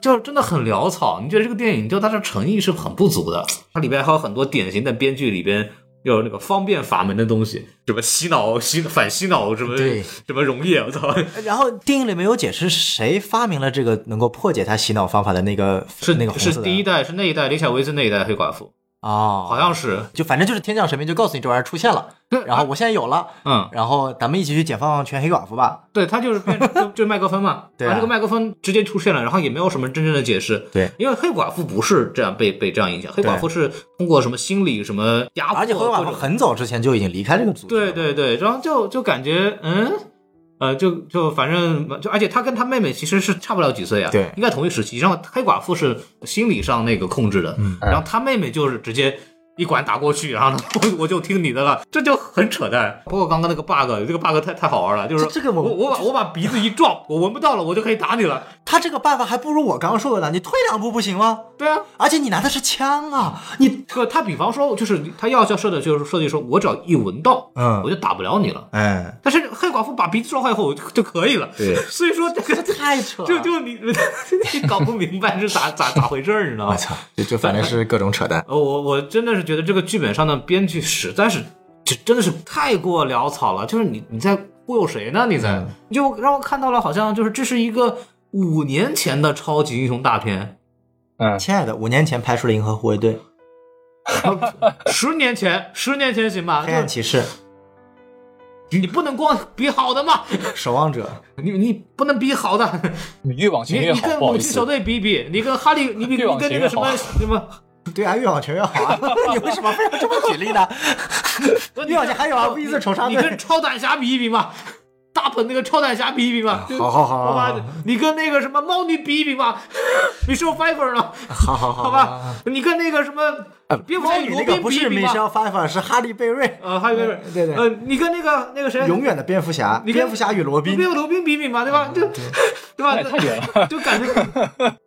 就是真的很潦草。你觉得这个电影就它的诚意是很不足的，它里边还有很多典型的编剧里边。有那个方便法门的东西，什么洗脑、洗反洗脑，什么对什么溶液，我操！然后电影里没有解释谁发明了这个能够破解他洗脑方法的那个是那个红色是的第一代，是那一代林小薇是那一代黑寡妇，哦，好像是，就反正就是天降神明就告诉你这玩意儿出现了，然后啊我现在有了，嗯，然后咱们一起去解放全黑寡妇吧。对，它就是 *laughs* 变就就是麦克风嘛，对啊然后这个麦克风直接出现了，然后也没有什么真正的解释，对因为黑寡妇不是这样被被这样影响，黑对寡妇是通过什么心理什么压迫，而且黑寡妇或者很早之前就已经离开这个组织了，对对对，然后就就感觉嗯。呃，就就反正就，而且他跟他妹妹其实是差不了几岁啊，对应该同一时期。然后黑寡妇是心理上那个控制的，嗯，然后他妹妹就是直接一管打过去，然后呢我 *laughs* 我就听你的了，这就很扯淡。包括刚刚那个 bug，这个 bug 太太好玩了，就是这这个我我我把我把鼻子一撞，我闻不到了，我就可以打你了。他这个办法还不如我刚刚说的呢，你退两步不行吗？对啊，而且你拿的是枪啊，你这个他比方说就是他要要设的就是设计说，我只要一闻到，嗯我就打不了你了。哎，但是黑寡妇把鼻子撞坏以后就就可以了，对 *laughs* 所以说这个 *laughs* 太扯了就就你你搞不明白是咋咋咋回事儿，你知道 *laughs* 吗我？操，就就反正是各种扯淡。呃，我我真的是觉得这个剧本上的编剧实在是，这真的是太过潦草了。就是你你在忽悠谁呢？你在、嗯你就让我看到了，好像就是这是一个五年前的超级英雄大 *laughs* 片，嗯， *laughs* 亲爱的，五年前拍出了《银河护卫队》《十年前，十年前行吧？黑暗就骑士》《你不能光比好的嘛，守望者你你不能比好的，你越往前你越你好，跟不好母意亲小思。队比一比，你跟哈 *laughs* 利，你比你越往跟那个前什越么好什么。》。对啊，越往前越好啊！ *laughs* 你为什么非要这么举例呢？ *laughs* 越往前还有啊，不一次仇杀你队。跟超胆侠比一比嘛，大鹏那个超胆侠比一比嘛，就 *laughs* 好好好好好吧，你跟那个什么猫女比一比嘛， *laughs* 你是 Fiver *laughs* 呢？好好好好吧，你跟那个什么蝙蝠猫侠女罗呃那个宾不比一是比米嘛歇，尔·法法，是哈利·贝瑞，呃，还有个对对呃，你跟那个那个谁，永远的蝙蝠侠，你跟蝙蝠侠与罗宾。蝙蝠罗宾比一比嘛，对吧？就 *laughs* 对吧？太太远了 *laughs* 就感觉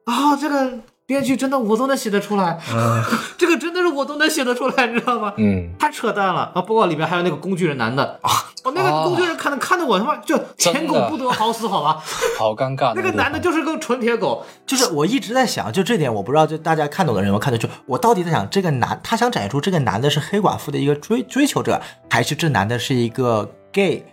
啊，这个编剧真的我都能写得出来， *laughs* 这个真的是我都能写得出来，你知道吗？嗯，太扯淡了啊！包括里面还有那个工具人男的啊，我、那个工具人看的、看的我他妈就舔狗真的不得好死，好吧？好尴尬。那个男的就是个纯铁狗，就是我一直在想，就这点我不知道，就大家看懂的人有没有看懂？就我到底在想，这个男他想展现出这个男的是黑寡妇的一个追追求者，还是这男的是一个 gay，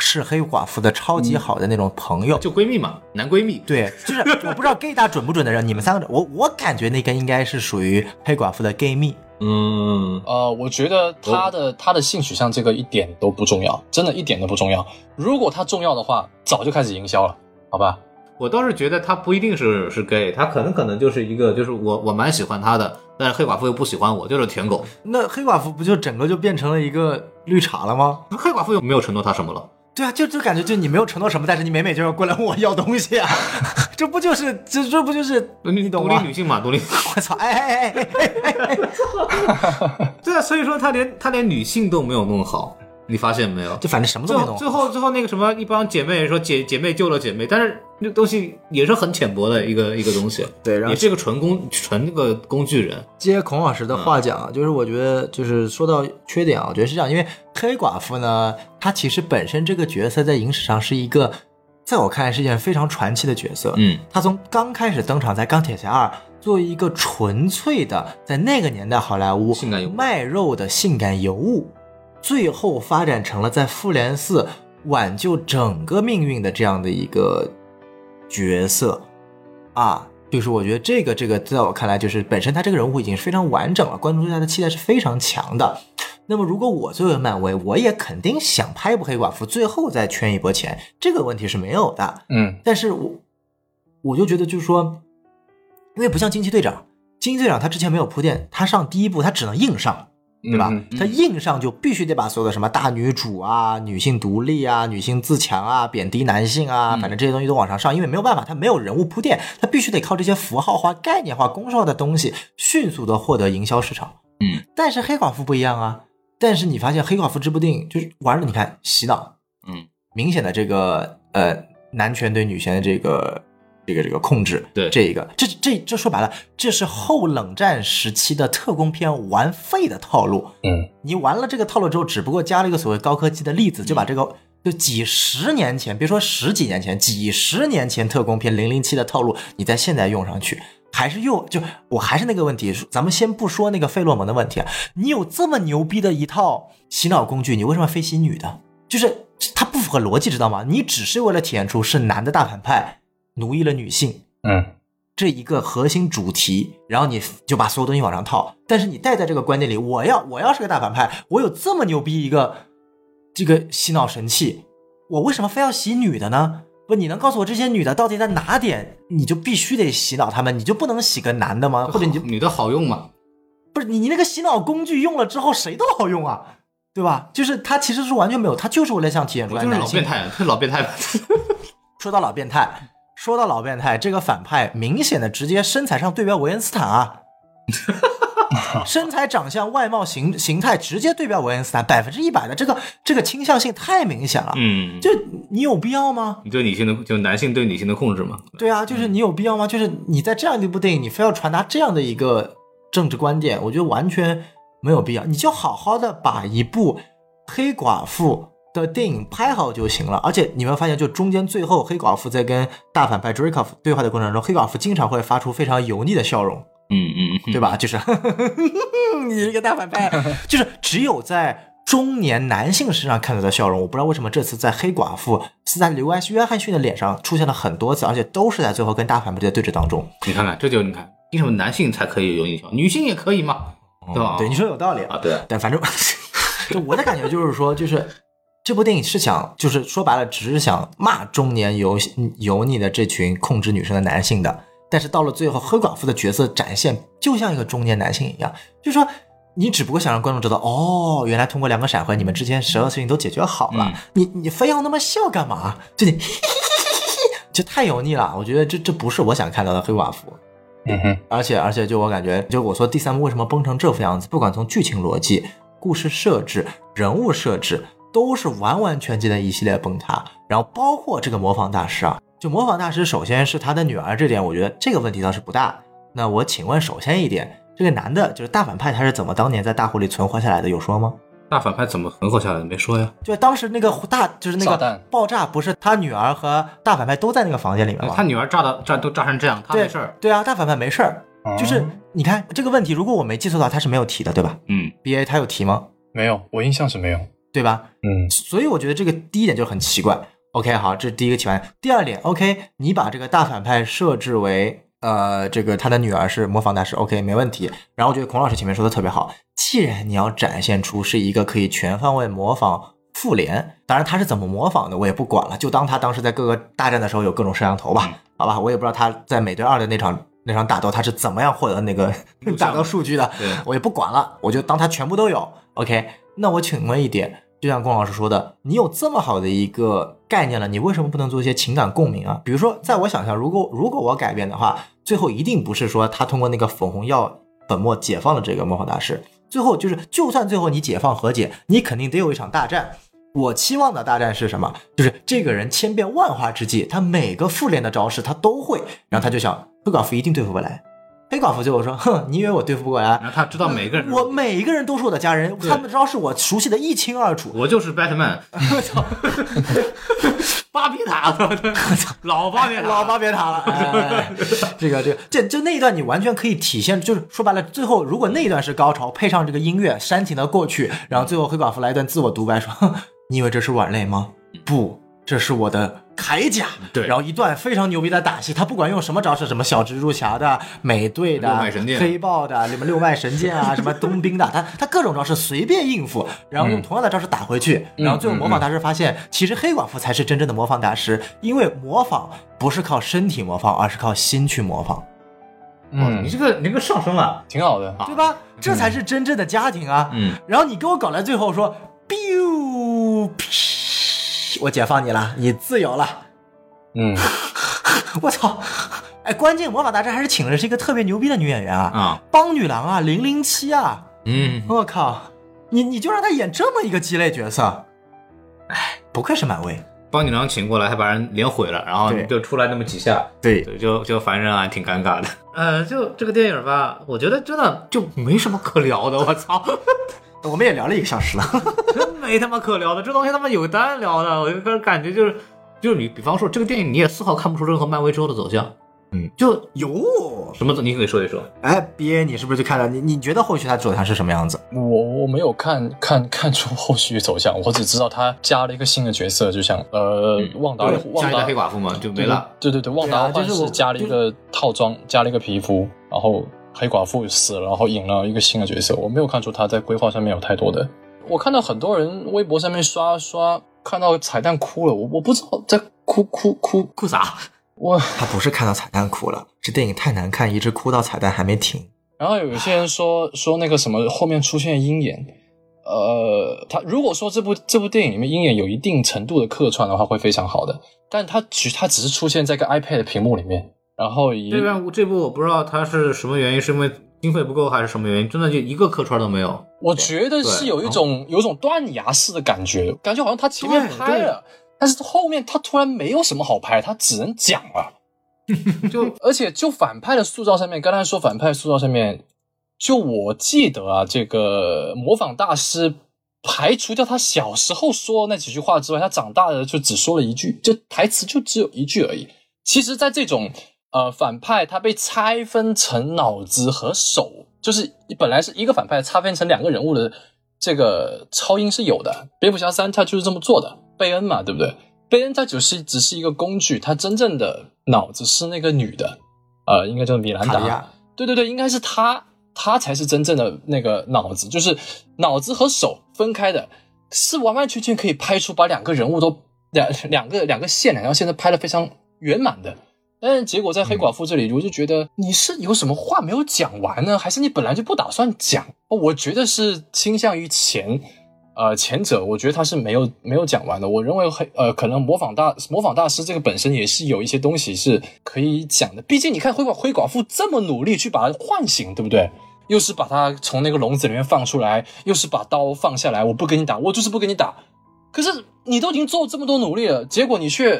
是黑寡妇的超级好的那种朋友？嗯就闺蜜嘛，男闺蜜。对，就是我不知道 gay 大准不准的人，你们三个，我我感觉那个应该是属于黑寡妇的 gay 蜜。嗯，呃，我觉得他的他的性取向这个一点都不重要，真的一点都不重要。如果他重要的话，早就开始营销了，好吧？我倒是觉得他不一定是是 gay，他可能可能就是一个就是我我蛮喜欢他的，但是黑寡妇又不喜欢我，就是舔狗。那黑寡妇不就整个就变成了一个绿茶了吗？黑寡妇又没有承诺他什么了。对啊，就就感觉就你没有承诺什么，但是你每每就要过来问我要东西啊， *laughs* 这不就是这这不就是你懂独立吗女？性嘛，独立。我操！哎哎哎哎哎哎哎！对啊，所以说他连他连女性都没有弄好，你发现没有？就反正什么最都没后最弄。后最后那个什么一帮姐妹说姐姐妹救了姐妹，但是那东西也是很浅薄的一个一个东西，对，然后也是个纯工纯那个工具人。接孔老师的话讲啊，就是我觉得就是说到缺点啊，我觉得是这样，因为黑寡妇呢，她其实本身这个角色在影史上是一个，在我看来是一件非常传奇的角色。嗯，她从刚开始登场在《钢铁侠二》。作为一个纯粹的在那个年代好莱坞性感尤物卖肉的性感尤物，最后发展成了在复联四挽救整个命运的这样的一个角色啊，就是我觉得这个这个在我看来，就是本身他这个人物已经是非常完整了，观众对他的期待是非常强的。那么如果我作为漫威，我也肯定想拍一部黑寡妇，最后再圈一波钱，这个问题是没有的。嗯，但是我我就觉得就是说，因为不像惊奇队长，惊奇队长他之前没有铺垫，他上第一部他只能硬上，对吧？嗯他硬上就必须得把所有的什么大女主啊、女性独立啊、女性自强啊、贬低男性啊，反正嗯这些东西都往上上，因为没有办法，他没有人物铺垫，他必须得靠这些符号化、概念化、公式化的东西迅速的获得营销市场。嗯，但是黑寡妇不一样啊。但是你发现《黑寡妇》这部电影就是玩了，你看洗脑，嗯，明显的这个呃男权对女权的这个这个这个控制，对这一个这这这说白了，这是后冷战时期的特工片玩废的套路。嗯，你玩了这个套路之后，只不过加了一个所谓高科技的例子，就把这个就几十年前，别说十几年前，几十年前特工片《零零七》的套路，你在现在用上去，还是用就我还是那个问题，咱们先不说那个费洛蒙的问题啊，你有这么牛逼的一套洗脑工具，你为什么要非洗女的？就是这它不符合逻辑，知道吗？你只是为了体现出是男的大反派奴役了女性，嗯，这一个核心主题，然后你就把所有东西往上套。但是你带在这个观念里，我要我要是个大反派，我有这么牛逼一个这个洗脑神器，我为什么非要洗女的呢？不，你能告诉我这些女的到底在哪点，你就必须得洗脑她们，你就不能洗个男的吗？或者你就女的好用嘛？不是你你那个洗脑工具用了之后，谁都好用啊，对吧？就是它其实是完全没有，它就是为了想体现出我来就是男老性变态，老 *laughs* 变态。说到老变态，说到老变态，这个反派明显的直接身材上对标维恩斯坦啊，身材、长相、外貌、形形态直接对标维恩斯坦，百分之一百的这个这个倾向性太明显了。嗯，就你有必要吗？对女性的就男性对女性的控制嘛？对啊，就是你有必要吗？就是你在这样的一部电影，你非要传达这样的一个政治观点，我觉得完全没有必要。你就好好的把一部黑寡妇的电影拍好就行了。而且你们发现，就中间最后黑寡妇在跟大反派 Dreykov 对话的过程中，黑寡妇经常会发出非常油腻的笑容，嗯嗯，对吧？就是 *laughs* 你是个大反 *laughs* 派，就是只有在中年男性身上看到的笑容。我不知道为什么这次在黑寡妇是在刘安约翰逊的脸上出现了很多次，而且都是在最后跟大反派的对峙当中。嗯你看看，这就你看，为什么男性才可以有影响，女性也可以嘛？对吧？对，你说有道理啊，对，但反正就我的感觉就是说，就是这部电影是想，就是说白了，只是想骂中年油油腻的这群控制女生的男性的。但是到了最后，黑寡妇的角色展现就像一个中年男性一样，就是说。你只不过想让观众知道，哦，原来通过两个闪回，你们之间所有事情都解决好了。嗯你你非要那么笑干嘛？就你， *laughs* 就太油腻了。我觉得这这不是我想看到的黑寡妇。嗯哼，而且而且，就我感觉，就我说第三部为什么崩成这副样子，不管从剧情逻辑、故事设置、人物设置，都是完完全全的一系列崩塌。然后包括这个模仿大师啊，就模仿大师，首先是他的女儿这点，我觉得这个问题倒是不大。那我请问，首先一点，这个男的就是大反派，他是怎么当年在大火里存活下来的？有说吗？大反派怎么存活下来的？没说呀。就当时那个大，就是那炸个弹爆炸，不是他女儿和大反派都在那个房间里面吗？他女儿炸的炸都炸成这样，啊他对没事儿。对啊，大反派没事儿。就是嗯你看这个问题，如果我没记错的话，他是没有提的，对吧嗯， ？B A 他有提吗？没有，我印象是没有。对吧？嗯所以我觉得这个第一点就很奇怪。OK，好，这是第一个奇怪。第二点，OK，你把这个大反派设置为呃，这个他的女儿是模仿大师，OK，没问题。然后我觉得孔老师前面说的特别好，既然你要展现出是一个可以全方位模仿复联，当然他是怎么模仿的我也不管了，就当他当时在各个大战的时候有各种摄像头吧，好吧，我也不知道他在美队二的那场那场打斗他是怎么样获得那个 *laughs* 打斗数据的，对，我也不管了，我就当它全部都有。OK，那我请问一点，就像龚老师说的，你有这么好的一个概念了，你为什么不能做一些情感共鸣啊？比如说，在我想象，如果如果我改变的话，最后一定不是说他通过那个粉红药粉末解放了这个魔法大师，最后就是，就算最后你解放和解，你肯定得有一场大战。我期望的大战是什么？就是这个人千变万化之际，他每个复联的招式他都会，然后他就想，黑寡妇一定对付不来。黑寡妇最后说：“哼，你以为我对付不过来？然后他知道每个人，我每一个人都是我的家人，对他们招是我熟悉的一清二楚。我就是 Batman，我操， *laughs* 巴别塔，老巴别塔，老巴别塔了，哎、这个这个这就那一段你完全可以体现，就是说白了，最后如果那一段是高潮，配上这个音乐煽情的过去，然后最后黑寡妇来一段自我独白，说：“你以为这是软肋吗？不，这是我的铠甲。”对然后一段非常牛逼的打戏，他不管用什么招式，什么小蜘蛛侠的、美队的、六脉神剑黑豹的、什么六脉神剑啊，什么冬兵的，他他各种招式随便应付，然后用同样的招式打回去，然后最后模仿大师发现，其实黑寡妇才是真正的模仿大师，因为模仿不是靠身体模仿，而是靠心去模仿，哇哦你啊嗯，这个你这个上升了，挺好的。对吧？这才是真正的家庭啊！嗯，然后你给我搞来最后说，biu，我解放你了，你自由了。 *laughs* 嗯，我操！哎，关键魔法大战还是请的是一个特别牛逼的女演员啊，啊，邦女郎啊，零零七啊，嗯，我靠，你你就让她演这么一个鸡肋角色，哎，不愧是漫威，帮你娘请过来，还把人脸毁了，然后对就出来那么几下，对，对，就就反正还挺尴尬的。呃，就这个电影吧，我觉得真的就没什么可聊的，我操， *laughs* 我们也聊了一个小时了。 *laughs* 真没他妈可聊的，这东西他妈有单聊的，我就个人感觉就是，就是你比方说这个电影，你也丝毫看不出任何漫威之后的走向，嗯，就哟，什么你可以说一说，哎，鳖，你是不是就看到你？你觉得后续它走向是什么样子？我我没有看 *laughs* 看看出后续走向，我只知道他加了一个新的角色，就像呃嗯旺达对旺下一代达黑寡妇嘛就没对 *laughs* 了，对对对，旺达啊就幻是视我加了一个套装，加了一个皮肤，然后黑寡妇死了，然后引了一个新的角色。我没有看出他在规划上面有太多的。我看到很多人微博上面刷刷，看到彩蛋哭了，我我不知道在哭哭哭，哭啥？我 *laughs* 他不是看到彩蛋哭了，这电影太难看，一直哭到彩蛋还没停。然后有些人说说那个什么后面出现鹰眼，呃，他如果说这部这部电影里面鹰眼有一定程度的客串的话，会非常好的。但他只他只是出现在一个 iPad 的屏幕里面，然后以啊这边这部我不知道它是什么原因，是因为经费不够还是什么原因，真的就一个客串都没有。我觉得是对有一种有一种断崖式的感觉，感觉好像他前面对拍了，但是后面他突然没有什么好拍，他只能讲了。就而且就反派的塑造上面，刚才说反派塑造上面，就我记得啊，这个模仿大师排除掉他小时候说的那几句话之外，他长大了就只说了一句，就台词就只有一句而已。其实，在这种呃反派，他被拆分成脑子和手，就是本来是一个反派拆分成两个人物的这个超英是有的，蝙蝠侠三他就是这么做的，贝恩嘛，对不对？贝恩他只是只是一个工具，他真正的脑子是那个女的，呃，应该叫米兰卡达，地亚，对对对，应该是他，他才是真正的那个脑子，就是脑子和手分开的，是完完全全可以拍出把两个人物都两两个两个线两条线都拍的非常圆满的。但是结果在黑寡妇这里，我就觉得你是有什么话没有讲完呢，还是你本来就不打算讲？哦我觉得是倾向于前，呃，前者，我觉得他是没有没有讲完的。我认为黑呃，可能模仿大模仿大师这个本身也是有一些东西是可以讲的，毕竟你看灰寡灰寡妇这么努力去把它唤醒，对不对？又是把他从那个笼子里面放出来，又是把刀放下来，我不跟你打，我就是不跟你打。可是你都已经做这么多努力了，结果你却，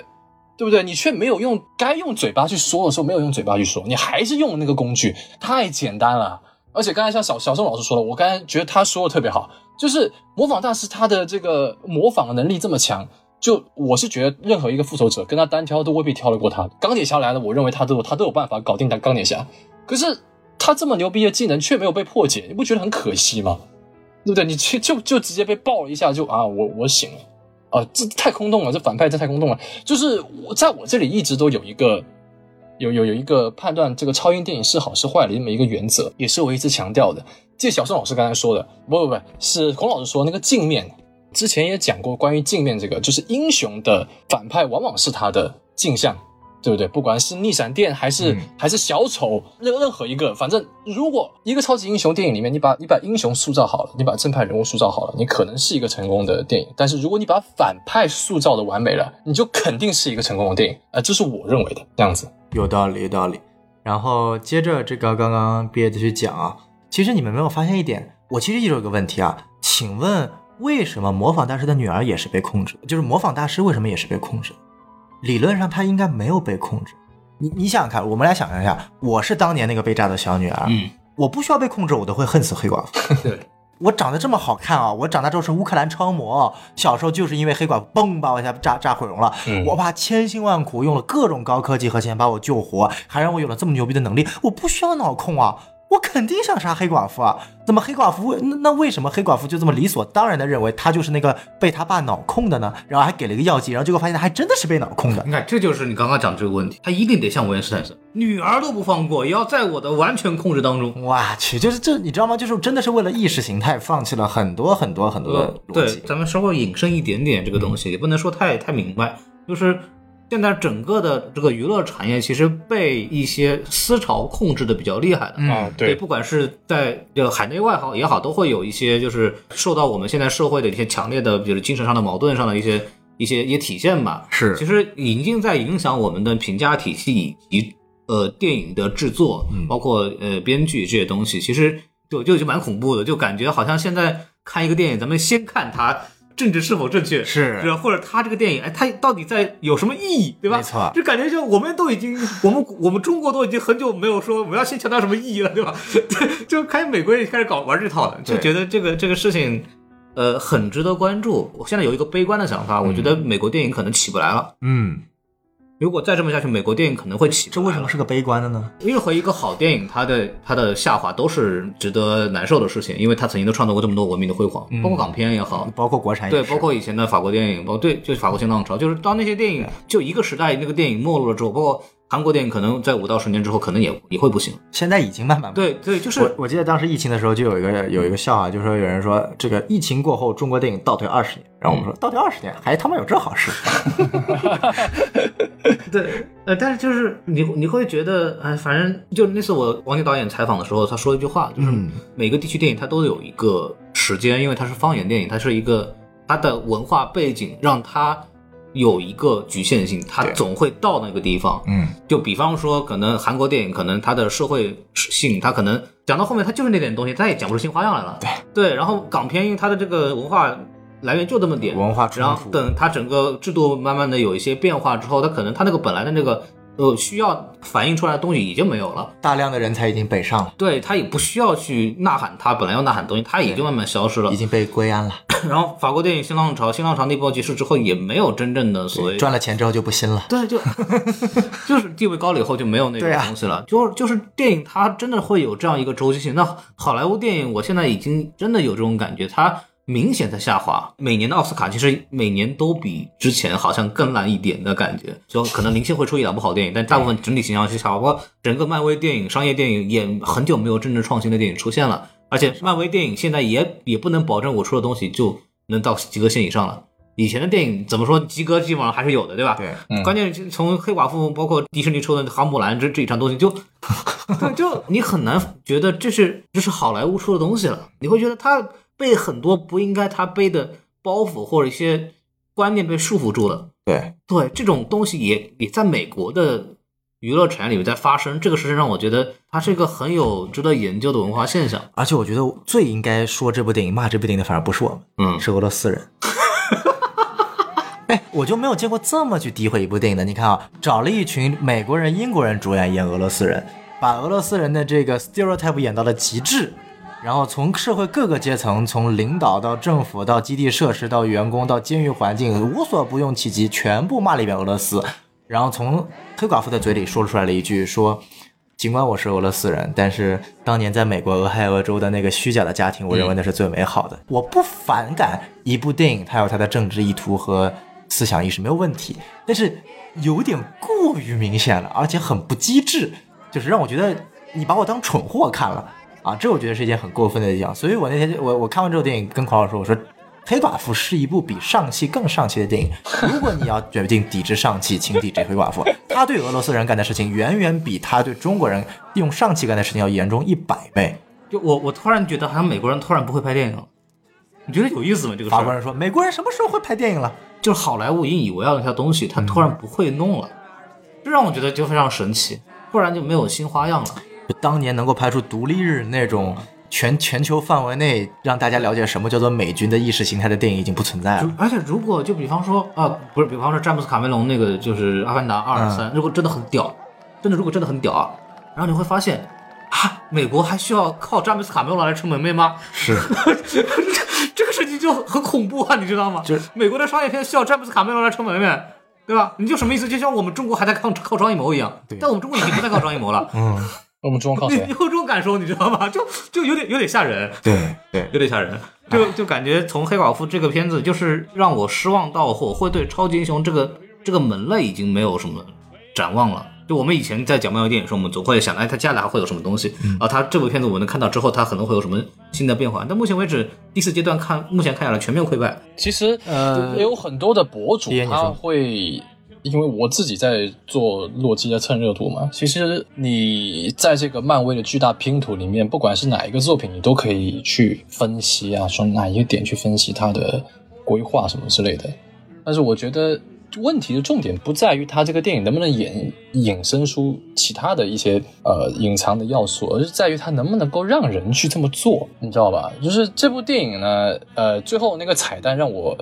对不对？你却没有用该用嘴巴去说的时候，没有用嘴巴去说，你还是用那个工具，太简单了。而且刚才像小小宋老师说的，我刚才觉得他说的特别好，就是模仿大师他的这个模仿能力这么强，就我是觉得任何一个复仇者跟他单挑都未必挑得过他。钢铁侠来了，我认为他都有他都有办法搞定他钢铁侠，可是他这么牛逼的技能却没有被破解，你不觉得很可惜吗？对不对？你去就就直接被爆了一下，就啊，我我醒了，啊，这太空洞了，这反派这太空洞了。就是我在我这里一直都有一个有有有一个判断这个超英电影是好是坏的这么一个原则，也是我一直强调的。这小宋老师刚才说的，不不不是孔老师说那个镜面，之前也讲过关于镜面这个，就是英雄的反派往往是他的镜像，对不对？不管是逆闪电还是、嗯还是小丑，任任何一个，反正如果一个超级英雄电影里面，你把你把英雄塑造好了，你把正派人物塑造好了，你可能是一个成功的电影。但是如果你把反派塑造的完美了，你就肯定是一个成功的电影。啊、这是我认为的这样子。有道理，有道理。然后接着这个刚刚毕业的去讲啊，其实你们没有发现一点，我其实一直有个问题啊，请问为什么模仿大师的女儿也是被控制？就是模仿大师为什么也是被控制？理论上他应该没有被控制。你你想想看，我们来想象一下，我是当年那个被炸的小女儿，嗯，我不需要被控制，我都会恨死黑寡妇。 *laughs* 对，我长得这么好看啊！我长大之后是乌克兰超模，小时候就是因为黑寡妇嘣把我一下炸炸毁容了。嗯我爸千辛万苦用了各种高科技和钱把我救活，还让我有了这么牛逼的能力。我不需要脑控啊，我肯定想杀黑寡妇啊！怎么黑寡妇那那为什么黑寡妇就这么理所当然的认为她就是那个被他爸脑控的呢？然后还给了一个药剂，然后结果发现她还真的是被脑控的。 *laughs* 你看这就是你刚刚讲这个问题，他一定得像维恩斯坦森，女儿都不放过，也要在我的完全控制当中。哇去，就是这你知道吗？就是真的是为了意识形态放弃了很多很多很多的逻呃对辑，。咱们稍微引申一点点这个东西，也不能说太太明白。就是现在整个的这个娱乐产业，其实被一些思潮控制的比较厉害的。嗯啊，对，不管是在这个海内外好也好，都会有一些就是受到我们现在社会的一些强烈的，比如精神上的矛盾上的一些一些一些体现吧。是其实已经在影响我们的评价体系以及呃电影的制作，嗯包括呃编剧这些东西，其实就就就蛮恐怖的，就感觉好像现在看一个电影，咱们先看它政治是否正确，是吧或者他这个电影，哎，它到底在有什么意义，对吧？没错就感觉就我们都已经， *laughs* 我们我们中国都已经很久没有说我们要先强调什么意义了，对吧？ *laughs* 对，就开始美国人开始搞玩这套了，就对觉得这个这个事情。呃，很值得关注。我现在有一个悲观的想法，我觉得美国电影可能起不来了。嗯，如果再这么下去，美国电影可能会起这不为来了。什么是个悲观的呢？任何一个好电影，它的它的下滑都是值得难受的事情，因为它曾经都创造过这么多文明的辉煌，嗯包括港片也好，包括国产也对，是包括以前的法国电影，包括对，就是法国新浪潮，就是当那些电影就一个时代那个电影没落了之后，包括韩国电影可能在五到十年之后，可能也也会不行。现在已经慢慢对对，就是我我记得当时疫情的时候，就有一个有一个笑话，就说有人说这个疫情过后中国电影倒退二十年，然后我们说嗯倒退二十年还他妈有这好 *laughs* 事？对，呃，但是就是你你会觉得，哎，反正就那次我王晶导演采访的时候，他说一句话，就是嗯每个地区电影它都有一个时间，因为它是方言电影，它是一个它的文化背景让它有一个局限性，它对总会到那个地方。嗯，就比方说，可能韩国电影，可能它的社会性，它可能讲到后面，它就是那点东西，它也讲不出新花样来了。对对，然后港片因为它的这个文化来源就这么点，文化冲然后突等它整个制度慢慢的有一些变化之后，它可能它那个本来的那个呃需要反映出来的东西已经没有了。大量的人才已经北上了，对，它也不需要去呐喊它本来要呐喊的东西，它也就慢慢消失了已。经被归安了， *laughs* 然后法国电影新浪潮，新浪潮那波结束之后，也没有真正的所谓赚了钱之后就不新了。对， *laughs* 就就是地位高了以后就没有那种对啊东西了。就就是电影它真的会有这样一个周期性。那好莱坞电影，我现在已经真的有这种感觉，它明显在下滑。每年的奥斯卡其实每年都比之前好像更烂一点的感觉，就可能零星会出一两部好电影，但大部分整体形象是下滑。包括整个漫威电影、商业电影也很久没有政治创新的电影出现了。而且漫威电影现在也也不能保证我出的东西就能到及格线以上了。以前的电影怎么说及格基本上还是有的，对吧？对，嗯关键是从黑寡妇，包括迪士尼出的《航母兰》这这一场东西就， *laughs* 就你很难觉得这是这是好莱坞出的东西了，你会觉得他被很多不应该他背的包袱或者一些观念被束缚住了。对，对，这种东西也也在美国的娱乐产业里面在发生，这个事情让我觉得它是一个很有值得研究的文化现象。而且我觉得最应该说这部电影、骂这部电影的反而不是我们，嗯是俄罗斯人。哎，我就没有见过这么去诋毁一部电影的。你看啊，找了一群美国人、英国人主演演俄罗斯人，把俄罗斯人的这个 stereotype 演到了极致，然后从社会各个阶层，从领导到政府，到基地设施，到员工，到监狱环境，无所不用其极，全部骂了一遍俄罗斯。然后从黑寡妇的嘴里说出来了一句说。尽管我是俄罗斯人，但是当年在美国俄亥俄州的那个虚假的家庭，我认为那是最美好的。我不反感一部电影，它有它的政治意图和思想意识没有问题，但是有点过于明显了，而且很不机智，就是让我觉得你把我当蠢货看了啊！这我觉得是一件很过分的地方。所以我那天就我我看完这部电影，跟孔老师说，我说《黑寡妇》是一部比上汽更上汽的电影。如果你要决定抵制上汽，请抵制黑寡妇。他对俄罗斯人干的事情，远远比他对中国人用上汽干的事情要严重一百倍。就我我突然觉得，好像美国人突然不会拍电影了，你觉得有意思吗？这个事法儿国人说，美国人什么时候会拍电影了？就是好莱坞引以为傲的那些东西，他突然不会弄了，这让我觉得就非常神奇，不然就没有新花样了。就当年能够拍出《独立日》那种全全球范围内让大家了解什么叫做美军的意识形态的电影已经不存在就了。而且如果就比方说啊，不是，比方说詹姆斯卡梅隆那个就是《阿凡达二》嗯三，如果真的很屌，真的如果真的很屌啊，然后你会发现啊，美国还需要靠詹姆斯卡梅隆来撑门面吗？ *laughs* 是，这 *laughs* 个事情就很恐怖啊，你知道吗？就是美国的商业片需要詹姆斯卡梅隆来撑门面。对吧？你就什么意思？就像我们中国还在靠靠张艺谋一样，但我们中国已经不再靠张艺谋了，嗯，我们中国靠你谁你？有这种感受，你知道吗？就就有点有点吓人，对对，有点吓人。就就感觉从《黑寡妇》这个片子，就是让我失望到我会对超级英雄这个这个门类已经没有什么展望了。就我们以前在讲漫威电影的时候，我们总会想，哎，他接下来还会有什么东西？啊，他这部片子我们能看到之后，他可能会有什么新的变化？但目前为止，第四阶段看，目前看下来全面溃败。其实呃也有很多的博主爷，你说他会因为我自己在做洛基的蹭热度嘛。其实你在这个漫威的巨大拼图里面，不管是哪一个作品，你都可以去分嗯呃析啊，从哪一个点去分析它的规划什么之类的。但是我觉得问题的重点不在于它这个电影能不能衍衍生出其他的一些呃隐藏的要素，而是在于它能不能够让人去这么做，你知道吧？就是这部电影呢，呃，最后那个彩蛋让我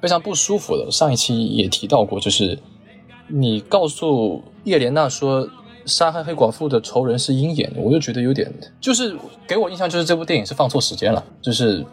非常不舒服的。上一期也提到过，就是你告诉叶莲娜说杀害黑寡妇的仇人是鹰眼，我就觉得有点，就是给我印象就是这部电影是放错时间了，就是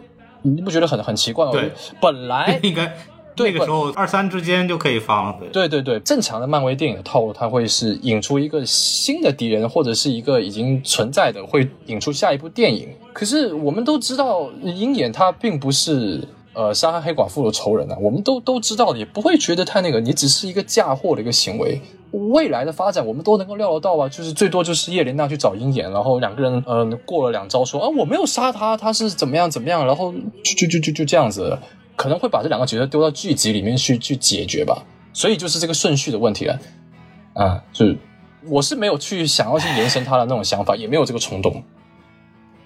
你不觉得很很奇怪吗？对，本哎来 *laughs* 应该对那个时候二三之间就可以放了。对，对对对，正常的漫威电影的套路，它会是引出一个新的敌人，或者是一个已经存在的，会引出下一部电影。可是我们都知道，鹰眼他并不是呃杀害黑寡妇的仇人啊，我们都都知道的，也不会觉得他那个，你只是一个嫁祸的一个行为。未来的发展我们都能够料得到啊，就是最多就是叶莲娜去找鹰眼，然后两个人嗯、呃过了两招说啊我没有杀他，他是怎么样怎么样，然后就就就就就这样子了，可能会把这两个角色丢到剧集里面去去解决吧。所以就是这个顺序的问题了，啊，就是我是没有去想要去延伸他的那种想法，也没有这个冲动。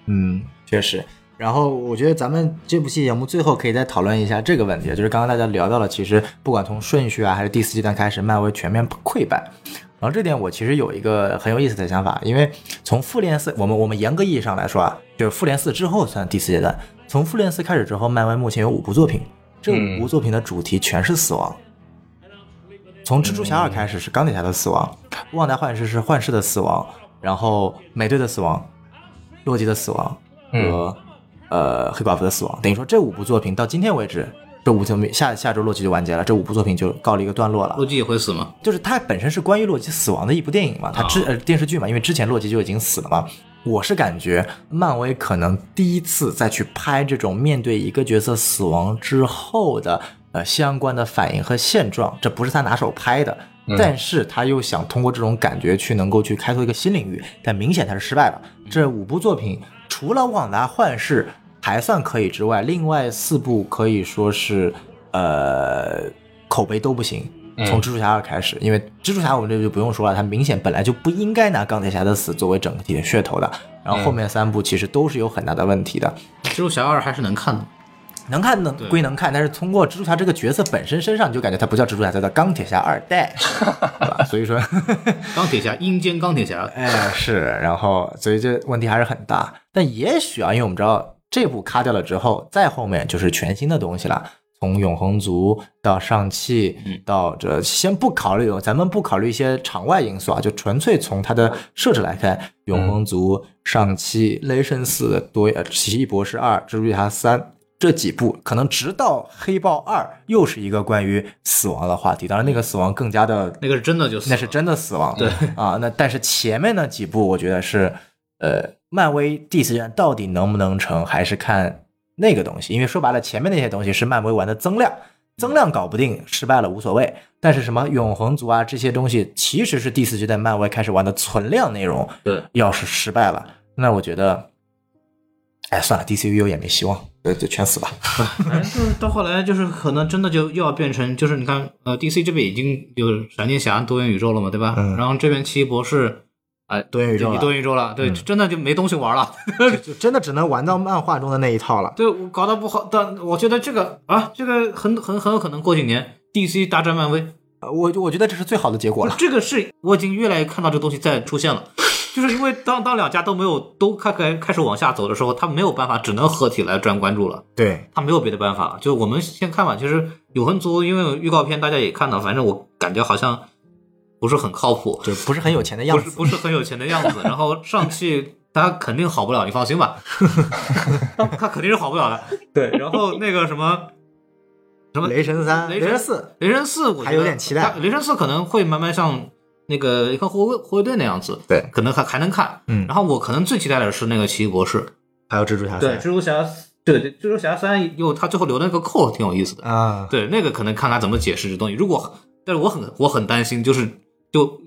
嗯，确实。然后我觉得咱们这部戏节目最后可以再讨论一下这个问题，就是刚刚大家聊到了，其实不管从顺序啊，还是第四阶段开始，漫威全面溃败。然后这点我其实有一个很有意思的想法，因为从复联四，我们我们严格意义上来说啊，就是复联四之后算第四阶段。从复联四开始之后，漫威目前有五部作品，这五部作品的主题全是死亡。从蜘蛛侠二开始是钢铁侠的死亡，旺达幻视是幻视的死亡，然后美队的死亡，洛基的死亡和、呃黑寡妇的死亡，等于说这五部作品到今天为止，这五部作品下下周洛基就完结了，这五部作品就告了一个段落了洛。基也会死吗？就是它本身是关于洛基死亡的一部电影嘛，它之呃电视剧嘛，因为之前洛基就已经死了嘛。我是感觉漫威可能第一次再去拍这种面对一个角色死亡之后的呃相关的反应和现状，这不是他拿手拍的，但是他又想通过这种感觉去能够去开拓一个新领域，但明显他是失败了。这五部作品除了《旺达幻视》还算可以之外，另外四部可以说是呃口碑都不行。从蜘蛛侠二开始，因为蜘蛛侠我们这就不用说了，它明显本来就不应该拿钢铁侠的死作为整体的噱头的。然后后面三部其实都是有很大的问题的，蜘蛛侠二还是能看的。能看能对归能看，但是通过蜘蛛侠这个角色本身身上，你就感觉他不叫蜘蛛侠，他叫钢铁侠二代，对吧？所以说，钢铁侠，阴间钢铁侠，哎，是，然后所以这问题还是很大。但也许啊，因为我们知道这部卡掉了之后，再后面就是全新的东西了。从永恒族到上汽，到这先不考虑，咱们不考虑一些场外因素啊，就纯粹从它的设置来看，永恒族、上汽、雷神四、多呃奇异博士二、蜘蛛侠三这几部，可能直到黑豹二又是一个关于死亡的话题，当然那个死亡更加的那个是真的就死那了，是真的死亡。对啊，那但是前面那几部，我觉得是呃，漫威第四阶段到底能不能成，还是看那个东西。因为说白了，前面那些东西是漫威玩的增量，增量搞不定，失败了无所谓。但是什么永恒族啊这些东西，其实是第四阶段漫威开始玩的存量内容。对，要是失败了，那我觉得，哎，算了，DCU 也没希望，呃，就全死吧。反正就是到后来，就是可能真的就又要变成，就是你看，呃，DC 这边已经有闪电侠多元宇宙了嘛，对吧？嗯然后这边奇异博士，哎，多元宇宙就了嗯多元宇宙了，对，真的就没东西玩了。 *laughs* 就真的只能玩到漫画中的那一套了。对，我搞得不好，但我觉得这个啊，这个很很很有可能过几年 DC 大战漫威，呃我我觉得这是最好的结果了。这个是我已经越来越看到这个东西在出现了。就是因为当当两家都没有都开开开始往下走的时候，他没有办法，只能合体来赚关注了。对，他没有别的办法了。就我们先看吧。其实《永恒族》因为预告片大家也看到，反正我感觉好像不是很靠谱，就不是很有钱的样不是子。不是很有钱的样 *laughs* 子。然后上去他肯定好不了，你放心 *laughs* 吧，他肯定是好不了的。对，然后那个什么什么雷神三、雷雷神神四，雷神四，我觉得还有点期待它雷神四可能会慢慢像那个跟护卫护卫队那样子，对，可能还还能看。嗯然后我可能最期待的是那个奇异博士，还有蜘蛛侠对，蜘蛛侠，对对，蜘蛛侠三又他最后留的那个扣挺有意思的。啊，对，那个可能看他怎么解释这东西。如果，但是我很我很担心，就是就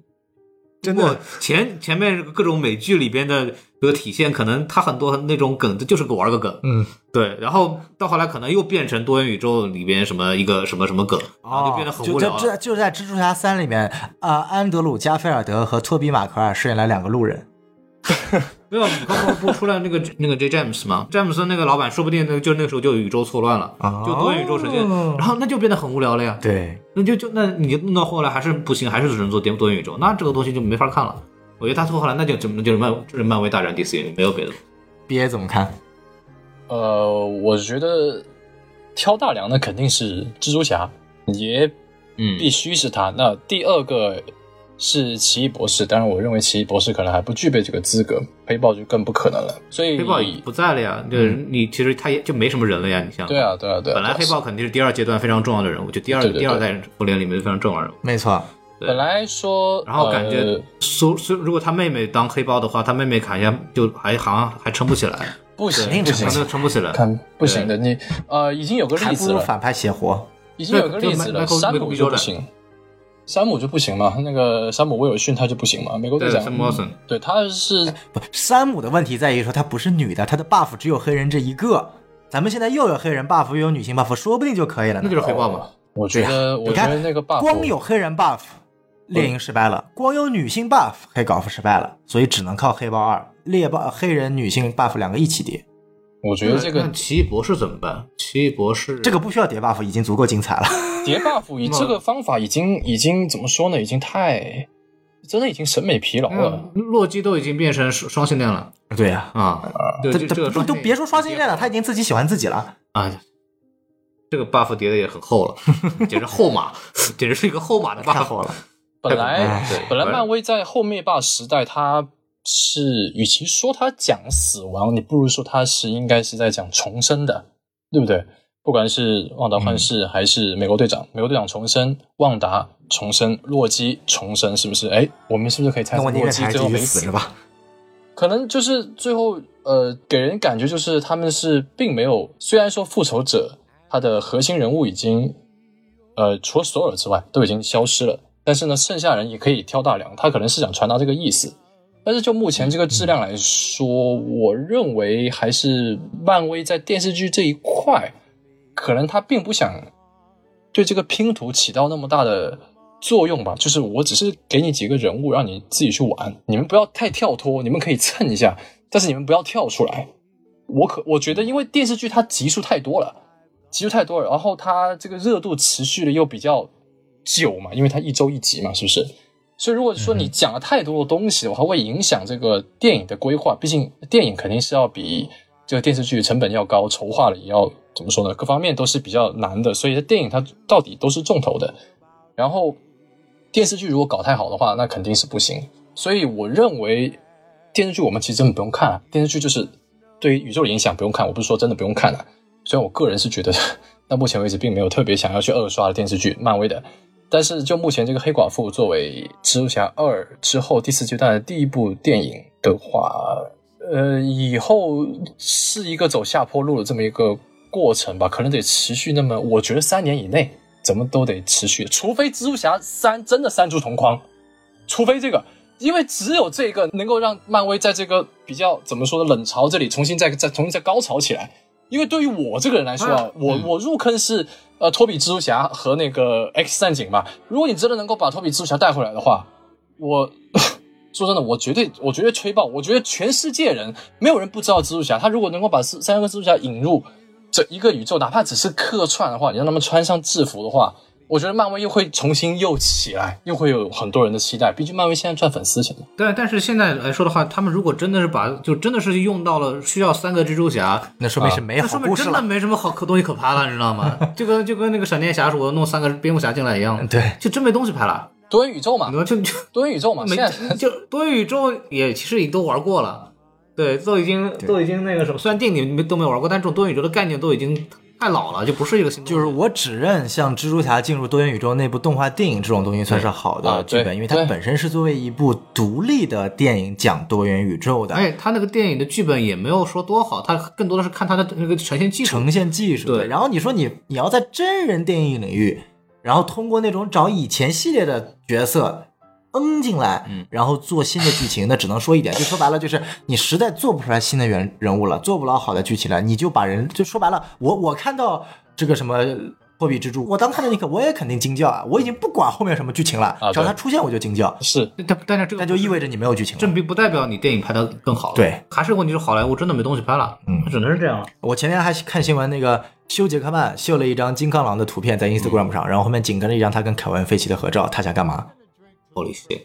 真我的前前面各种美剧里边的这个体现，可能他很多那种梗就是个玩个梗，嗯，对，然后到后来可能又变成多元宇宙里边什么一个什么什么梗，然啊后就变得很无聊哦就这了。就在蜘蛛啊侠三里面，啊，安德鲁·加菲尔德和托比·马奎尔饰演了两个路人，没有，你刚刚不出来那个那个 J James 吗？詹姆斯那个老板，说不定那个就那个时候就宇宙错乱了，哦就多元宇宙世界，然后那就变得很无聊了呀。对，那就就那你弄到后来还是不行，还是只能做多多元宇宙，那这个东西就没法看了。我觉得他做后来那就怎么就是漫就是漫威大战 DC，没有别的。毕业怎么看？呃，我觉得挑大梁的肯定是蜘蛛侠，也嗯必须是他。那第二个是奇异博士，当然我认为奇异博士可能还不具备这个资格，黑豹就更不可能了。所以黑豹已不在了呀，就是你其实他也就没什么人了呀，你想对啊，对啊，对啊。本来黑对啊豹肯定是第二阶段非常重要的人物，就第二对对第二对代复联里面非常重要的人物。没错，对本来说，然后感觉呃苏苏，如果他妹妹当黑豹的话，他妹妹砍一下就还好像还撑不起来，不行，肯定不成行撑，都撑不起来。看不行的，你呃已经有个还例不子如了，反派邪活。已经有个例子对了，就迈山迈克姆尔就不迈行，山姆就不行嘛，那个山姆威尔逊他就不行嘛，美国队对长，Sam Wilson 对他是不，山姆的问题在于说她不是女的，她的 buff 只有黑人这一个。咱们现在又有黑人 buff，又有女性 buff，说不定就可以了那呢。就是黑豹嘛。我觉得，我你觉看得那个 buff 光有黑人 buff，猎鹰失败了；光有女性 buff，黑寡妇失败了。所以只能靠黑豹二，猎豹黑人女性 buff 两个一起叠，我觉得这那个奇异博士怎么办？奇异博士这个不需要叠 buff，已经足够精彩了。 *laughs* 叠 buff 以这个方法已经已经怎么说呢？已经太真的已经审美疲劳了嗯。洛基都已经变成双双性恋了对呀、啊！对，这这这这个不双都别说双性恋了，他已经自己喜欢自己了。啊，这个 buff 叠的也很厚了， *laughs* 简直厚马，简直是一个厚马的 buff。太厚了。本来哎本来本来漫威在后灭霸时代，它是与其说它讲死亡，你不如说它是应该是在讲重生的，对不对？不管是旺达幻视还是美国队长，美国队长重生，旺达重生，洛基重生，是不是？哎，我们是不是可以猜那测我宁洛愿基还最是继后没续死死着吧。可能就是最后呃，给人感觉就是他们是并没有，虽然说复仇者他的核心人物已经呃，除了索尔之外都已经消失了，但是呢，剩下人也可以挑大梁，他可能是想传达这个意思。但是就目前这个质量来说，我认为还是漫威在电视剧这一块，可能他并不想对这个拼图起到那么大的作用吧。就是我只是给你几个人物，让你自己去玩，你们不要太跳脱，你们可以蹭一下，但是你们不要跳出来。我可我觉得，因为电视剧它集数太多了，集数太多了，然后它这个热度持续的又比较久嘛，因为它一周一集嘛，是不是？所以如果说你讲了太多的东西的话，会影响这个电影的规划。毕竟电影肯定是要比这个电视剧成本要高，筹划了也要怎么说呢？各方面都是比较难的，所以电影它到底都是重头的。然后电视剧如果搞太好的话，那肯定是不行。所以我认为电视剧我们其实真的不用看、啊，电视剧就是对于宇宙的影响不用看。我不是说真的不用看啊，虽然我个人是觉得到目前为止并没有特别想要去二刷的电视剧，漫威的。但是就目前这个黑寡妇作为蜘蛛侠二之后第四阶段的第一部电影的话，呃，以后是一个走下坡路的这么一个过程吧，可能得持续那么，我觉得三年以内怎么都得持续，除非蜘蛛侠三真的三出同框，除非这个，因为只有这个能够让漫威在这个比较怎么说呢冷潮这里重新再再重新再高潮起来。因为对于我这个人来说啊啊，我我入坑是呃托比蜘蛛侠和那个 X 战警嘛。如果你真的能够把托比蜘蛛侠带回来的话，我 *laughs* 说真的，我绝对我绝对吹爆，我觉得全世界人没有人不知道蜘蛛侠。他如果能够把三三个蜘蛛侠引入这一个宇宙，哪怕只是客串的话，你让他们穿上制服的话，我觉得漫威又会重新又起来，又会有很多人的期待。毕竟漫威现在赚粉丝钱嘛。但但是现在来说的话，他们如果真的是把就真的是用到了需要三个蜘蛛侠，那说明是没啊那好说明故事真的了。没什么哎好可东西可拍了，你知道 *laughs* 吗？就跟就跟那个闪电侠说我弄三个蝙蝠侠进来一样，对，就真没东西拍了。多元宇宙嘛你，说就就多元宇宙嘛， *laughs* 没现在就多元宇宙也其实也都玩过了，对，都已经都已经那个什么，虽然电影你们都没玩过，但这种多元宇宙的概念都已经太老了，就不是一个新东西。就是我只认像蜘蛛侠进入多元宇宙那部动画电影这种东西算是好啊的对剧本，因为它对本身是作为一部独立的电影讲多元宇宙的，哎，他那个电影的剧本也没有说多好，他更多的是看他的那个呈现技术。呈现技术的。对然后你说你你要在真人电影领域，然后通过那种找以前系列的角色嗯进来，然后做新的剧情，那只能说一点，就说白了就是你实在做不出来新的人人物了，做不了好的剧情了，你就把人就说白了，我我看到这个什么。货币之柱》，我当看到那一刻，我也肯定惊叫啊！我已经不管后面什么剧情了，啊只对要它出现我就惊叫，是但但是这个那就意味着你没有剧情这了。并不代表你电影拍的更好了。对，还是问题是好莱坞真的没东西拍了，嗯，只能是这样了。我前天还看新闻，那个修杰克曼秀了一张金刚狼的图片嗯在 Instagram 上，然后后面紧跟着一张他跟凯文·费奇的合照，他想干嘛？ Holy shit！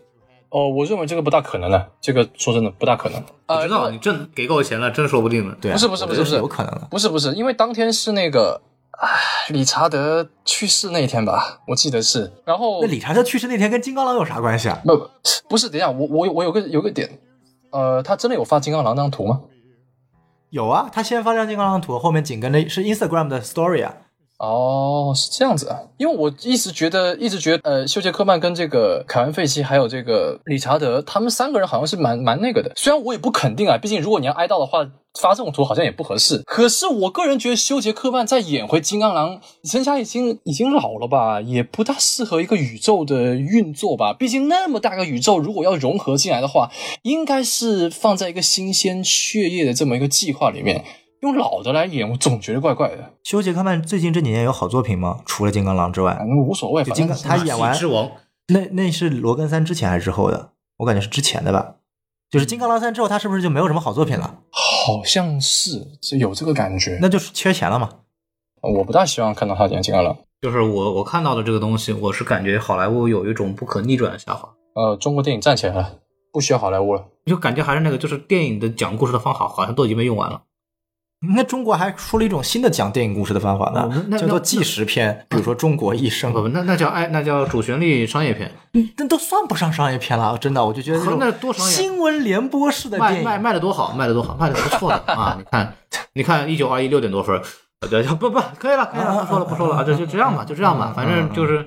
哦，我认为这个不大可能的，这个说真的不大可能。我呃知道你挣给够钱了，真说不定呢。对啊，不是不是我不觉得是不是有可能的。不是不是，因为当天是那个啊，理查德去世那一天吧，我记得是。然后那理查德去世那天跟金刚狼有啥关系啊？不不不是，等一下，我我有我有个有个点，呃，他真的有发金刚狼那张图吗？有啊，他先发张金刚狼图，后面紧跟着是 Instagram 的 Story 啊。哦，是这样子啊，因为我一直觉得，一直觉得，呃，休杰克曼跟这个凯文费奇还有这个理查德，他们三个人好像是蛮蛮那个的。虽然我也不肯定啊，毕竟如果你要哀悼的话，发这种图好像也不合适。可是我个人觉得，休杰克曼再演回金刚狼，人家已经已经老了吧，也不大适合一个宇宙的运作吧。毕竟那么大个宇宙，如果要融合进来的话，应该是放在一个新鲜血液的这么一个计划里面。用老的来演，我总觉得怪怪的。休杰克曼最近这几年有好作品吗？除了金刚狼之外反，正无所谓，就反金正刚他演完喜之王，那那是罗根三之前还是之后的？我感觉是之前的吧。就是金刚狼三之后，他是不是就没有什么好作品了？好像是是有这个感觉。呃那就是缺钱了嘛。我不大希望看到他演金刚狼。就是我我看到的这个东西，我是感觉好莱坞有一种不可逆转的下滑，呃，中国电影站起来了，不需要好莱坞了。就感觉还是那个，就是电影的讲故事的方法好像都已经被用完了。那中国还出了一种新的讲电影故事的方法哦那呢，那叫做那纪实片，比如说《中国一生不》，不，那那叫爱，那叫主旋律商业片，那都算不上商业片了。真的，我就觉得这种那多商业新闻联播式的卖电卖影，卖的多好，卖的多好，卖的不错的啊！你看，你看，一九二一六点多分儿，呃对， *laughs* 不不，可以了，可以了，不说了，不说了啊，就就这样吧，就这样吧，反嗯正就是，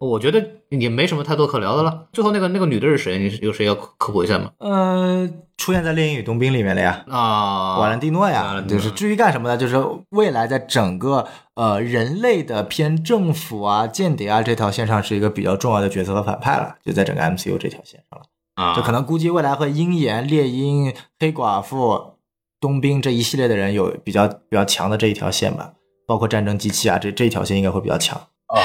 我觉得也没什么太多可聊的了。最后那个那个女的是谁？你是有谁要科普一下吗？呃，出现在《猎鹰与冬兵》里面了呀。啊，瓦伦蒂诺瓦呀，伦蒂就诺是至于干什么呢？就是未来在整个呃人类的偏政府啊、间谍啊这条线上是一个比较重要的角色和反派了，就在整个 MCU 这条线上了。啊，就可能估计未来会鹰眼、猎鹰、黑寡妇、冬兵这一系列的人有比较比较强的这一条线吧，包括战争机器啊，这这一条线应该会比较强。啊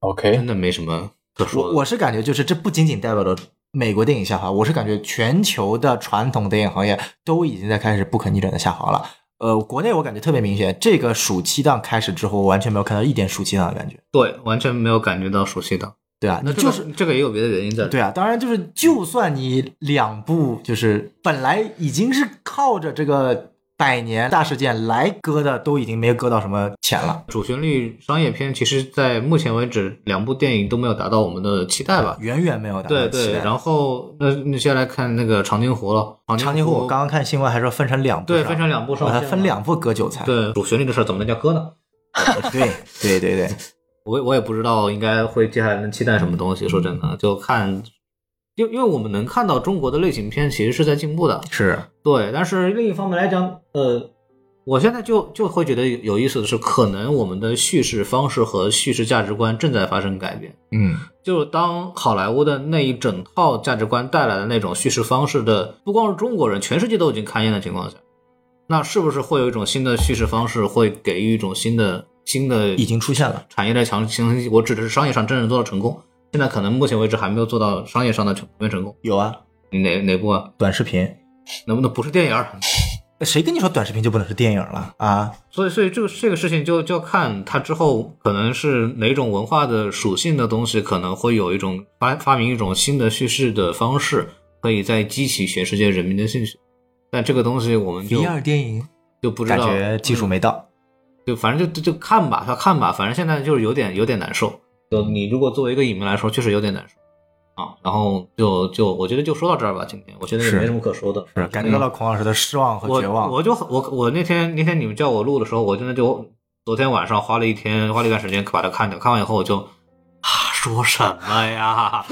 ，OK，真的没什么可说我的。我是感觉就是这不仅仅代表了。美国电影下滑，我是感觉全球的传统电影行业都已经在开始不可逆转的下滑了。呃，国内我感觉特别明显，这个暑期档开始之后，我完全没有看到一点暑期档的感觉，对，完全没有感觉到熟悉的。对啊，那你这个就是这个也有别的原因在。对啊，当然就是，就算你两部就是本来已经是靠着这个百年大事件来割的，都已经没有割到什么钱了，主旋律商业片，其实在目前为止，两部电影都没有达到我们的期待吧。远远没有达到对期对，待然后那那接下来看那个长津湖了。啊长津湖，我刚刚看新闻还说分成两部对上分成两部上把它线分了两部割韭菜，对主旋律的事儿怎么能叫歌呢？ *laughs* 对对对对，我也我也不知道应该会接下来能期待什么东西。说真的，就看，因为因为我们能看到中国的类型片其实是在进步的，是对。但是另一方面来讲，呃，我现在就就会觉得有有意思的是，可能我们的叙事方式和叙事价值观正在发生改变。嗯，就是当好莱坞的那一整套价值观带来的那种叙事方式的，不光是中国人，全世界都已经看厌的情况下，那是不是会有一种新的叙事方式，会给予一种新的新的已经出现了。产业的强行？我指的是商业上真正做到成功，现在可能目前为止还没有做到商业上的全面成功。有啊，哪哪部啊？短视频。能不能不是电影儿？谁跟你说短视频就不能是电影了啊？所以，所以这个这个事情就就要看它之后可能是哪种文化的属性的东西，可能会有一种发发明一种新的叙事的方式，可以再激起全世界人民的兴趣。但这个东西我们就第二电影就不知感道，嗯觉技术没到，就反正就就就看吧，他看吧，反正现在就是有点有点难受。就你如果作为一个影迷来说，确实有点难受啊。然后就就我觉得就说到这儿吧，今天我觉得也是没什么可说的，是感觉到了孔老师的失望和我绝望。嗯我就我我那天那天你们叫我录的时候，我真的就昨天晚上花了一天花了一段时间把它看掉，看完以后我就 *laughs* 啊说什 *laughs* 么呀，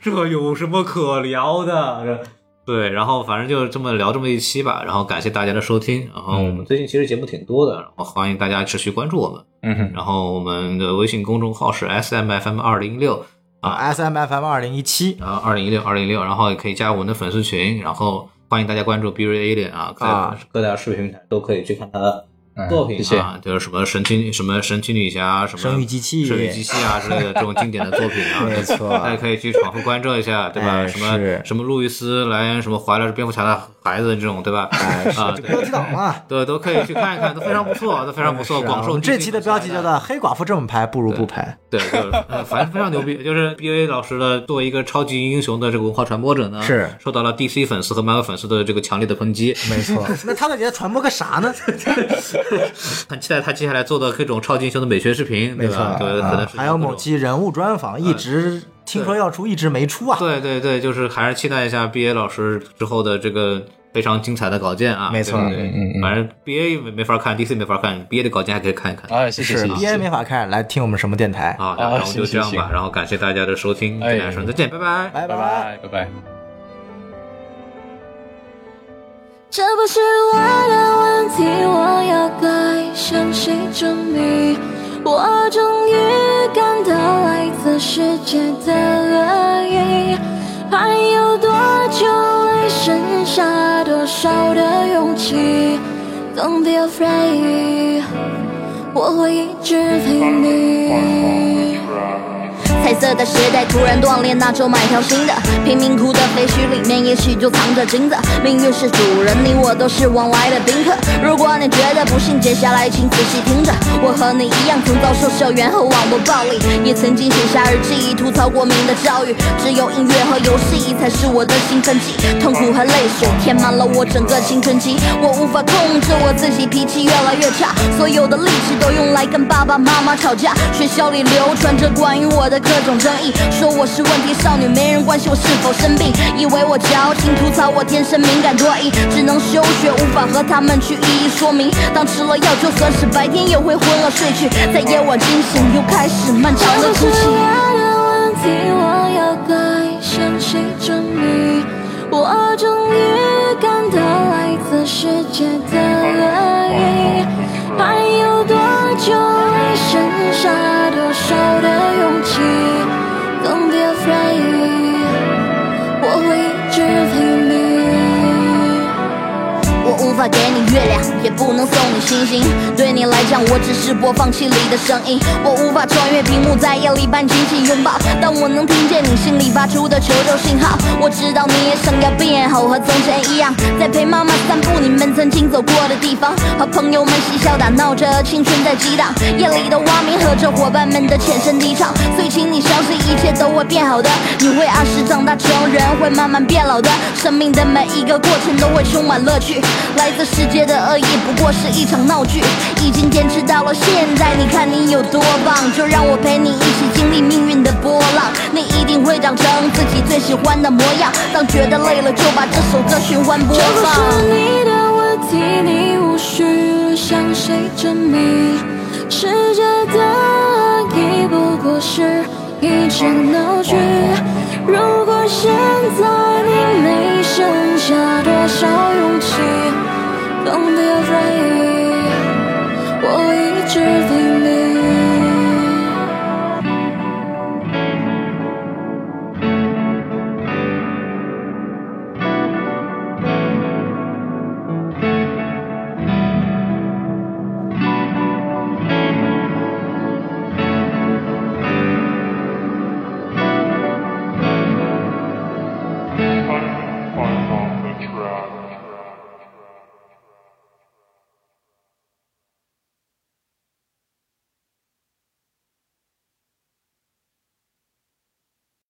这有什么可聊的？这对，然后反正就这么聊这么一期吧，然后感谢大家的收听，然后我嗯们最近其实节目挺多的，然后欢迎大家持续关注我们，嗯哼，然后我们的微信公众号是 S M F M 二零六，啊 S M F M 二零一七然后二零一六二零一六，然后也可以加我们的粉丝群，然后欢迎大家关注 b r a Alien 啊，在啊各大视频平台都可以去看他作品哎谢谢啊，就是什么神奇什么神奇女侠、啊什么生育机器生育机器啊之类的这种经典的作品啊， *laughs* 没错 *laughs* 大家可以去反复关照一下，对吧？哎什么是什么路易斯莱恩什么怀了蝙蝠侠的孩子这种，对吧？ *laughs* 啊，这标对题党 *laughs* 嘛。对，都可以去看一看，都非常不错，都非常不错，是啊广我受们低这迷期的和喜爱标题叫做“黑寡妇这么拍，不如不 *laughs* 拍对，就是呃，反正非常牛逼，就是 B A 老师的作为一个超级英雄的这个文化传播者呢，是受到了 D C 粉丝和漫威粉丝的这个强烈的抨击。”。 *laughs* 没错， *laughs* 那他到底在传播个啥呢？很期待他接下来做的各种超级英雄的美学视频，没对错，吧？对，可能啊是还有各某种期人物专访，一直听说要出，一直没出啊。对对对，就是还是期待一下 B A 老师之后的这个非常精彩的稿件啊。没错对对对嗯嗯嗯反正 B A 没没法看，D C 没法看，B A 的稿件还可以看一看。哎，谢谢是谢谢 B A 没法看，来听我们什么电台？啊，然后我们行就这样行吧，行然后感谢大家的收听，哎跟大家说再见，拜拜。拜拜拜。拜拜拜。这不是我的问题，我要该向谁证明？我终于感到来自世界的恶意，还有多久还剩下多少的勇气？Don't be afraid，我会一直陪你。彩色的鞋带突然断裂，那就买条新的。贫民窟的废墟里面，也许就藏着金子。命运是主人，你我都是往来的宾客。如果你觉得不幸，接下来请仔细听着。我和你一样，曾遭受校园和网络暴力，也曾经写下日记，吐槽国民的教育。只有音乐和游戏才是我的兴奋剂，痛苦和泪水填满了我整个青春期。我无法控制我自己，脾气越来越差，所有的力气都用来跟爸爸妈妈吵架。学校里流传着关于我的各种争议，说我是问题少女，没人关心我是否生病，以为我矫情，吐槽我天生敏感多疑，只能休学，无法和他们去一一说明。当吃了药，就算是白天也会昏了睡去，在夜晚惊醒，又开始漫长的这哭不是泣。我的问题，我要该向谁证明？我终于感到来自世界的恶意，还有多久还剩下多少的勇气？Don't be afraid，我会一直陪你。我无法给你月亮，也不能送你星星。对你来讲，我只是播放器里的声音。我无法穿越屏幕，在夜里般紧紧拥抱，但我能听见你心里发出的求救信号。我知道你也想要变好，和从前一样，在陪妈妈散步你们曾经走过的地方，和朋友们嬉笑打闹着，青春在激荡。夜里的蛙鸣和着伙伴们的浅声低唱，所以请你相信，一切都会变好的。你会按时长大成人，会慢慢变老的。生命的每一个过程都会充满乐趣。来自世界的恶意不过是一场闹剧，已经坚持到了现在，你看你有多棒！就让我陪你一起经历命运的波浪，你一定会长成自己最喜欢的模样。当觉得累了，就把这首歌循环播这不放。是你的问题，你无需向谁证明。世界的恶意不过是一场闹剧。如果现在你没剩下多少勇气，Don't be afraid，我一直陪